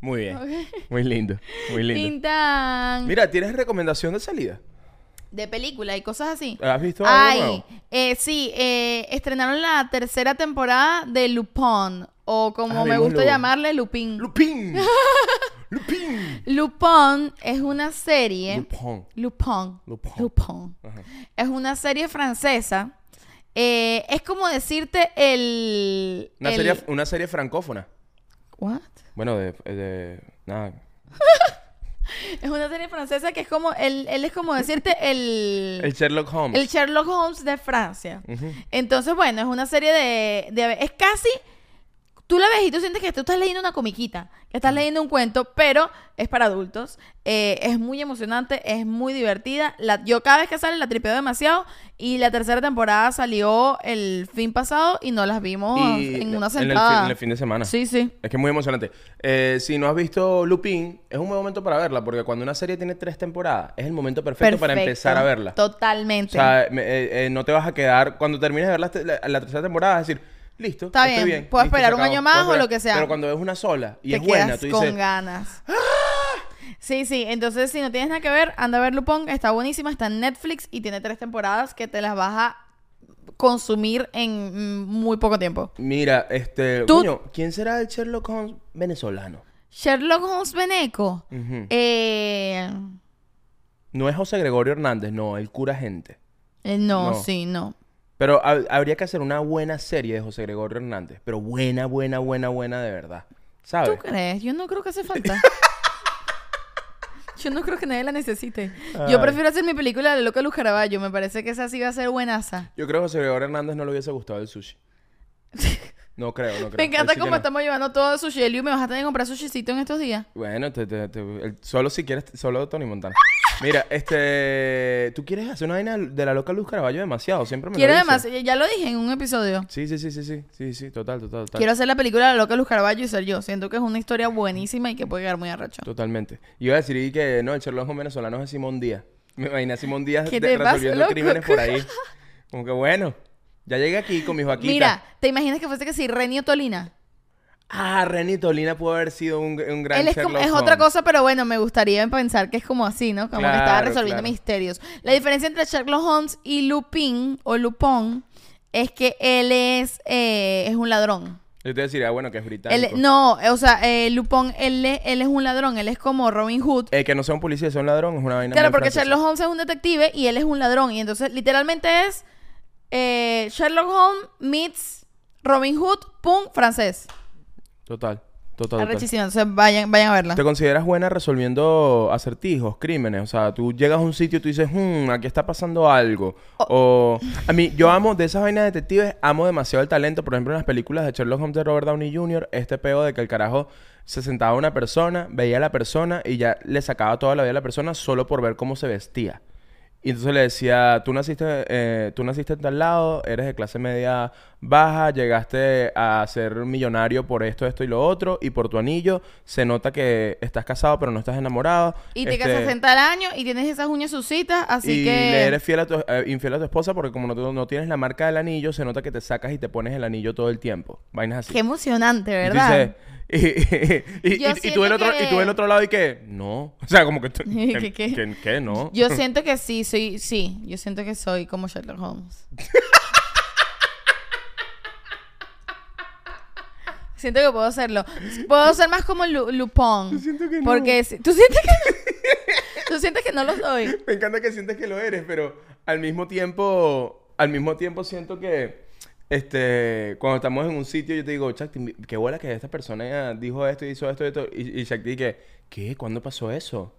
[SPEAKER 1] Muy bien.
[SPEAKER 2] Ok.
[SPEAKER 1] Muy lindo. Muy lindo.
[SPEAKER 2] Tintan.
[SPEAKER 1] Mira, ¿tienes recomendación de salida?
[SPEAKER 2] De película y cosas así.
[SPEAKER 1] ¿Has visto algo
[SPEAKER 2] Ay,
[SPEAKER 1] nuevo?
[SPEAKER 2] eh, sí, eh, estrenaron la tercera temporada de Lupin, o como
[SPEAKER 1] Ah,
[SPEAKER 2] me
[SPEAKER 1] vimos
[SPEAKER 2] gusta
[SPEAKER 1] Lu-
[SPEAKER 2] llamarle, Lupin.
[SPEAKER 1] ¡Lupín! ¡Lupín!
[SPEAKER 2] Lupin es una serie.
[SPEAKER 1] Lupón.
[SPEAKER 2] Lupin.
[SPEAKER 1] Lupin.
[SPEAKER 2] Lupin.
[SPEAKER 1] Ajá.
[SPEAKER 2] Es una serie francesa. Eh, es como decirte el.
[SPEAKER 1] Una,
[SPEAKER 2] el-
[SPEAKER 1] serie, una serie francófona.
[SPEAKER 2] What?
[SPEAKER 1] Bueno, de... de- nada.
[SPEAKER 2] Es una serie francesa que es como. el- él es como decirte el.
[SPEAKER 1] El Sherlock Holmes.
[SPEAKER 2] el Sherlock Holmes de Francia.
[SPEAKER 1] Ujú.
[SPEAKER 2] Entonces, bueno, es una serie de, de- Es casi... Tú la ves y tú sientes que tú estás leyendo una comiquita, que estás leyendo un cuento, pero es para adultos. eh, es muy emocionante, es muy divertida. La, yo cada vez que sale la tripeo demasiado y la tercera temporada salió el fin pasado y no las vimos
[SPEAKER 1] Y
[SPEAKER 2] Oh, en una
[SPEAKER 1] el fin-
[SPEAKER 2] sentada.
[SPEAKER 1] en el fin de semana.
[SPEAKER 2] Sí, sí.
[SPEAKER 1] Es que es muy emocionante. Eh, si no has visto Lupin, es un buen momento para verla, porque cuando una serie tiene tres temporadas, es el momento perfecto, para
[SPEAKER 2] Perfecto.
[SPEAKER 1] empezar a verla. O
[SPEAKER 2] Totalmente.
[SPEAKER 1] sea, me- eh, eh, no te vas a quedar, cuando termines de ver la, te- la- la tercera temporada, es decir, listo,
[SPEAKER 2] Está
[SPEAKER 1] estoy
[SPEAKER 2] bien,
[SPEAKER 1] bien.
[SPEAKER 2] puedo
[SPEAKER 1] listo,
[SPEAKER 2] esperar
[SPEAKER 1] se
[SPEAKER 2] un
[SPEAKER 1] acabó,
[SPEAKER 2] año más
[SPEAKER 1] puedo
[SPEAKER 2] o
[SPEAKER 1] esperar.
[SPEAKER 2] lo que sea.
[SPEAKER 1] Pero cuando ves una sola y
[SPEAKER 2] te
[SPEAKER 1] es buena,
[SPEAKER 2] quedas
[SPEAKER 1] tú
[SPEAKER 2] con
[SPEAKER 1] dices, ¡Ah!
[SPEAKER 2] ganas. Sí, sí, entonces si no tienes nada que ver, anda a ver Lupón, está buenísima, está en Netflix y tiene tres temporadas que te las vas a consumir en mm, muy poco tiempo.
[SPEAKER 1] mira, este,
[SPEAKER 2] Tú-
[SPEAKER 1] coño, ¿quién será el Sherlock Holmes venezolano?
[SPEAKER 2] Sherlock Holmes Beneco.
[SPEAKER 1] Ujú.
[SPEAKER 2] eh,
[SPEAKER 1] No es José Gregorio Hernández, no, el cura gente.
[SPEAKER 2] eh, no,
[SPEAKER 1] No.
[SPEAKER 2] sí, no.
[SPEAKER 1] Pero ha- habría que hacer una buena serie de José Gregorio Hernández, pero buena, buena, buena, buena de verdad. ¿Sabes?
[SPEAKER 2] ¿Tú crees? Yo no creo que hace falta. Yo no creo que nadie la necesite.
[SPEAKER 1] Ay.
[SPEAKER 2] Yo prefiero hacer mi película de Loca Luz Caraballo. Me parece que esa sí va a ser buenaza.
[SPEAKER 1] Yo creo que José Gregorio Hernández no le hubiese gustado el sushi. No creo, no creo.
[SPEAKER 2] Me
[SPEAKER 1] Él
[SPEAKER 2] encanta
[SPEAKER 1] sí que
[SPEAKER 2] cómo
[SPEAKER 1] no.
[SPEAKER 2] estamos llevando todo sushi. Eliu, me vas a tener que comprar sushicito en estos días.
[SPEAKER 1] Bueno, te- te- te- el- solo si quieres, solo Tony Montana. Mira, este. Tú quieres hacer una vaina de la loca Luz Caraballo demasiado, siempre me lo
[SPEAKER 2] Quiero
[SPEAKER 1] dices.
[SPEAKER 2] además, ya lo dije en un episodio.
[SPEAKER 1] Sí, sí, sí, sí, sí, sí, sí, total, total, total.
[SPEAKER 2] Quiero hacer la película de la loca Luz Carballo y ser yo. Siento que es una historia buenísima y que puede quedar muy arrecho.
[SPEAKER 1] Totalmente. Y iba a decir y que no, el Sherlock Holmes venezolano es Simón Díaz. Me imaginé a Simón Díaz
[SPEAKER 2] ¿Qué
[SPEAKER 1] de-
[SPEAKER 2] te pasa,
[SPEAKER 1] resolviendo
[SPEAKER 2] loco?
[SPEAKER 1] crímenes por ahí. Como que bueno, ya llegué aquí con mi Joaquita.
[SPEAKER 2] Mira, ¿te imaginas que fuese que si Renio Tolina?
[SPEAKER 1] Ah, Renito Lina pudo haber sido un, un gran
[SPEAKER 2] Él es,
[SPEAKER 1] Sherlock
[SPEAKER 2] como- es otra
[SPEAKER 1] Holmes.
[SPEAKER 2] cosa, pero bueno, me gustaría pensar que es como así, ¿no? Como que estaba
[SPEAKER 1] Claro,
[SPEAKER 2] resolviendo
[SPEAKER 1] claro.
[SPEAKER 2] misterios. La diferencia entre Sherlock Holmes y Lupin o Lupón es que él es, eh, es un ladrón.
[SPEAKER 1] Yo te decir, ah, bueno, que es británico.
[SPEAKER 2] Él- no, eh, o sea, eh, Lupón, él, es- él es un ladrón, él es como Robin Hood.
[SPEAKER 1] Eh, que no sea un policía, sea un ladrón, es una vaina.
[SPEAKER 2] Claro,
[SPEAKER 1] muy
[SPEAKER 2] porque
[SPEAKER 1] francesa.
[SPEAKER 2] Sherlock Holmes es un detective y él es un ladrón. Y entonces, literalmente es eh, Sherlock Holmes meets Robin Hood, pum, francés.
[SPEAKER 1] Total, total. total.
[SPEAKER 2] Arrechísima. Entonces, vayan, vayan a verla.
[SPEAKER 1] ¿Te consideras buena resolviendo acertijos, crímenes? O sea, tú llegas a un sitio y tú dices, hmm, aquí está pasando algo. O a mí, yo amo de esas vainas de detectives, amo demasiado el talento. Por ejemplo, en las películas de Sherlock Holmes de Robert Downey Jr., este peo de que el carajo se sentaba una persona, veía a la persona y ya le sacaba toda la vida a la persona solo por ver cómo se vestía. Y entonces le decía, tú naciste, eh, tú naciste en tal lado, eres de clase media baja, llegaste a ser millonario por esto, esto y lo otro, y por tu anillo se nota que estás casado pero no estás enamorado.
[SPEAKER 2] Y te
[SPEAKER 1] este,
[SPEAKER 2] casas 60 al año y tienes esas uñas sucitas, así
[SPEAKER 1] y
[SPEAKER 2] que...
[SPEAKER 1] le eres fiel a tu, eh, infiel a tu esposa porque como no, te- no tienes la marca del anillo, se nota que te sacas y te pones el anillo todo el tiempo. Vainas así.
[SPEAKER 2] Qué emocionante,
[SPEAKER 1] Y tú
[SPEAKER 2] ¿verdad?
[SPEAKER 1] dices- y, y- y-
[SPEAKER 2] Yo
[SPEAKER 1] y tú del
[SPEAKER 2] siento
[SPEAKER 1] otro,
[SPEAKER 2] que-
[SPEAKER 1] y tú del otro lado y que, no. O sea, como que... tú-
[SPEAKER 2] ¿Qué,
[SPEAKER 1] que-
[SPEAKER 2] qué?
[SPEAKER 1] que- que no?
[SPEAKER 2] Yo siento que sí, soy... Sí, yo siento que soy como Sherlock Holmes. siento que puedo hacerlo. Puedo ser más como Lu- Lupón.
[SPEAKER 1] siento que no.
[SPEAKER 2] Porque... si- ¿Tú sientes que...? ¿Tú sientes que no lo soy?
[SPEAKER 1] Me encanta que sientes que lo eres, pero al mismo tiempo, al mismo tiempo siento que, este, cuando estamos en un sitio, yo te digo, Chuck, te invi- qué bola que esta persona dijo esto, hizo esto, esto, y, y Chuck dice, ¿qué? ¿Cuándo pasó eso?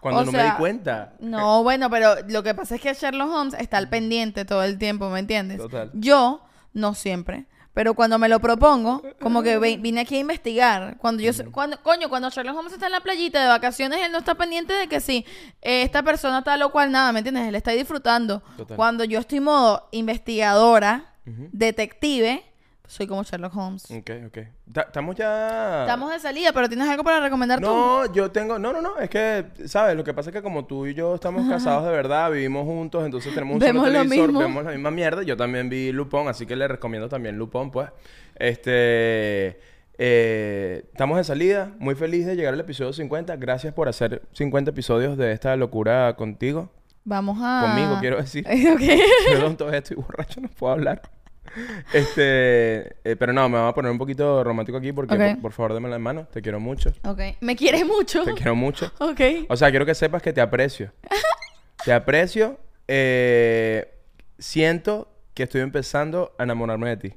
[SPEAKER 1] Cuando
[SPEAKER 2] O
[SPEAKER 1] no me
[SPEAKER 2] sea,
[SPEAKER 1] di cuenta.
[SPEAKER 2] No, bueno, pero lo que pasa es que Sherlock Holmes está al pendiente todo el tiempo, ¿me entiendes?
[SPEAKER 1] Total.
[SPEAKER 2] Yo, no siempre, pero cuando me lo propongo, como que ve- vine aquí a investigar. Cuando yo, cuando, coño, cuando Sherlock Holmes está en la playita de vacaciones, él no está pendiente de que sí, eh, esta persona tal o cual nada, ¿me entiendes? Él está ahí disfrutando.
[SPEAKER 1] Total.
[SPEAKER 2] Cuando yo estoy modo investigadora, detective, soy como Sherlock Holmes.
[SPEAKER 1] Ok, ok. Ta- Estamos ya...
[SPEAKER 2] Estamos de salida, pero ¿tienes algo para recomendar tú?
[SPEAKER 1] No, yo tengo... No, no, no. Es que, ¿sabes? Lo que pasa es que como tú y yo estamos casados de verdad, vivimos juntos, entonces tenemos un
[SPEAKER 2] Vemos
[SPEAKER 1] solo
[SPEAKER 2] lo
[SPEAKER 1] televisor,
[SPEAKER 2] mismo.
[SPEAKER 1] vemos la misma mierda. Yo también vi Lupón, así que le recomiendo también Lupón, pues. Este... eh, estamos de salida, muy feliz de llegar al episodio 50. Gracias por hacer 50 episodios de esta locura contigo.
[SPEAKER 2] Vamos a...
[SPEAKER 1] Conmigo, quiero decir.
[SPEAKER 2] Ok.
[SPEAKER 1] Perdón, todavía estoy borracho, no puedo hablar. Este, eh, pero no, me voy a poner un poquito romántico aquí porque,
[SPEAKER 2] Ok.
[SPEAKER 1] por, por favor, dame la mano. Te quiero mucho.
[SPEAKER 2] Ok. Me quieres mucho.
[SPEAKER 1] Te quiero mucho.
[SPEAKER 2] Ok.
[SPEAKER 1] O sea, quiero que sepas que te aprecio. Te aprecio. eh, siento que estoy empezando a enamorarme de ti.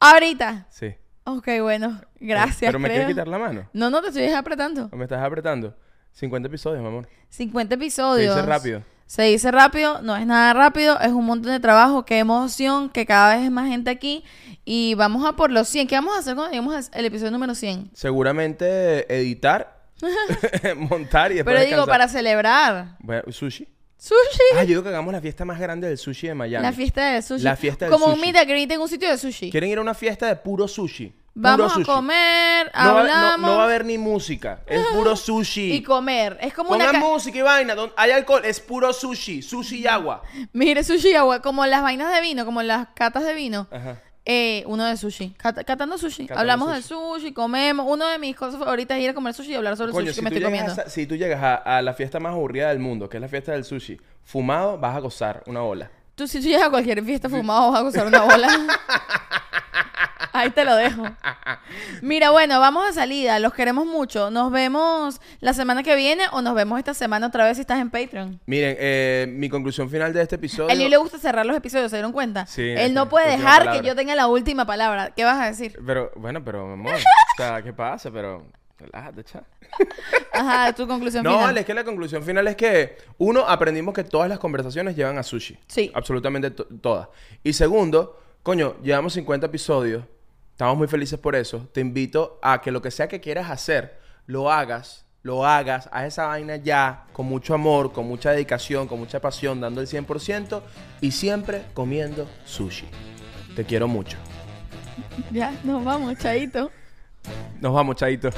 [SPEAKER 2] Ahorita.
[SPEAKER 1] Sí. Eh,
[SPEAKER 2] Ok, bueno. Gracias.
[SPEAKER 1] Pero me
[SPEAKER 2] creo.
[SPEAKER 1] quieres quitar la mano.
[SPEAKER 2] No, no te estoy apretando.
[SPEAKER 1] ¿O me estás apretando? 50 episodios, mi amor.
[SPEAKER 2] 50
[SPEAKER 1] Se
[SPEAKER 2] episodios.
[SPEAKER 1] dice rápido.
[SPEAKER 2] Se dice rápido, no es nada rápido, es un montón de trabajo, qué emoción, que cada vez es más gente aquí y vamos a por los 100. ¿Qué vamos a hacer cuando lleguemos al- al episodio número 100?
[SPEAKER 1] Seguramente editar, montar y después
[SPEAKER 2] Pero digo,
[SPEAKER 1] descansar.
[SPEAKER 2] para celebrar.
[SPEAKER 1] Bueno, sushi.
[SPEAKER 2] Sushi.
[SPEAKER 1] Ah, yo digo que hagamos la fiesta más grande del sushi de Miami.
[SPEAKER 2] La fiesta del sushi.
[SPEAKER 1] La fiesta del
[SPEAKER 2] Como un
[SPEAKER 1] sushi.
[SPEAKER 2] meet and greet en un sitio de sushi.
[SPEAKER 1] Quieren ir a una fiesta de puro sushi. Puro
[SPEAKER 2] Vamos a
[SPEAKER 1] sushi.
[SPEAKER 2] comer,
[SPEAKER 1] No va, a- no-
[SPEAKER 2] hablamos
[SPEAKER 1] no va a haber ni música. Es puro sushi.
[SPEAKER 2] y comer. Es como
[SPEAKER 1] Pongan
[SPEAKER 2] una... ca-
[SPEAKER 1] música y vaina. don- hay alcohol. Es puro sushi. Sushi y agua.
[SPEAKER 2] Mire, sushi y agua, como las vainas de vino, como las catas de vino.
[SPEAKER 1] Ajá.
[SPEAKER 2] Eh, uno de sushi. Cata- catando sushi.
[SPEAKER 1] Catando
[SPEAKER 2] Hablamos del sushi, comemos. Una de mis cosas favoritas es ir a comer sushi y hablar sobre el
[SPEAKER 1] Coño,
[SPEAKER 2] sushi
[SPEAKER 1] si
[SPEAKER 2] que me
[SPEAKER 1] tú,
[SPEAKER 2] estoy
[SPEAKER 1] llegas
[SPEAKER 2] comiendo.
[SPEAKER 1] a, esa- si tú llegas a, a la fiesta más aburrida del mundo, que es la fiesta del sushi, fumado, vas a gozar una bola.
[SPEAKER 2] Tú, si tú llegas a cualquier fiesta fumado, vas a gozar una bola. Ahí te lo dejo. Mira, bueno, vamos a salida. Los queremos mucho. Nos vemos la semana que viene o nos vemos esta semana otra vez si estás en Patreon.
[SPEAKER 1] Miren, eh, mi conclusión final de este episodio.
[SPEAKER 2] A Eli le gusta cerrar los episodios, ¿se dieron cuenta?
[SPEAKER 1] Sí,
[SPEAKER 2] Él
[SPEAKER 1] esa
[SPEAKER 2] no
[SPEAKER 1] es
[SPEAKER 2] puede
[SPEAKER 1] la última
[SPEAKER 2] dejar que
[SPEAKER 1] palabra.
[SPEAKER 2] yo tenga la última palabra. ¿Qué vas a decir?
[SPEAKER 1] Pero, bueno, pero, mi amor. o sea, ¿qué pasa? Pero, relájate, cha.
[SPEAKER 2] Ajá, tu conclusión
[SPEAKER 1] No,
[SPEAKER 2] final.
[SPEAKER 1] vale, es que la conclusión final es que, uno, aprendimos que todas las conversaciones llevan a sushi.
[SPEAKER 2] Sí.
[SPEAKER 1] Absolutamente to- todas. Y segundo, coño, llevamos 50 episodios. Estamos muy felices por eso. Te invito a que lo que sea que quieras hacer, lo hagas, lo hagas, haz esa vaina ya, con mucho amor, con mucha dedicación, con mucha pasión, dando el 100% y siempre comiendo sushi. Te quiero mucho.
[SPEAKER 2] Ya, nos vamos, chaito.
[SPEAKER 1] Nos vamos, chaito.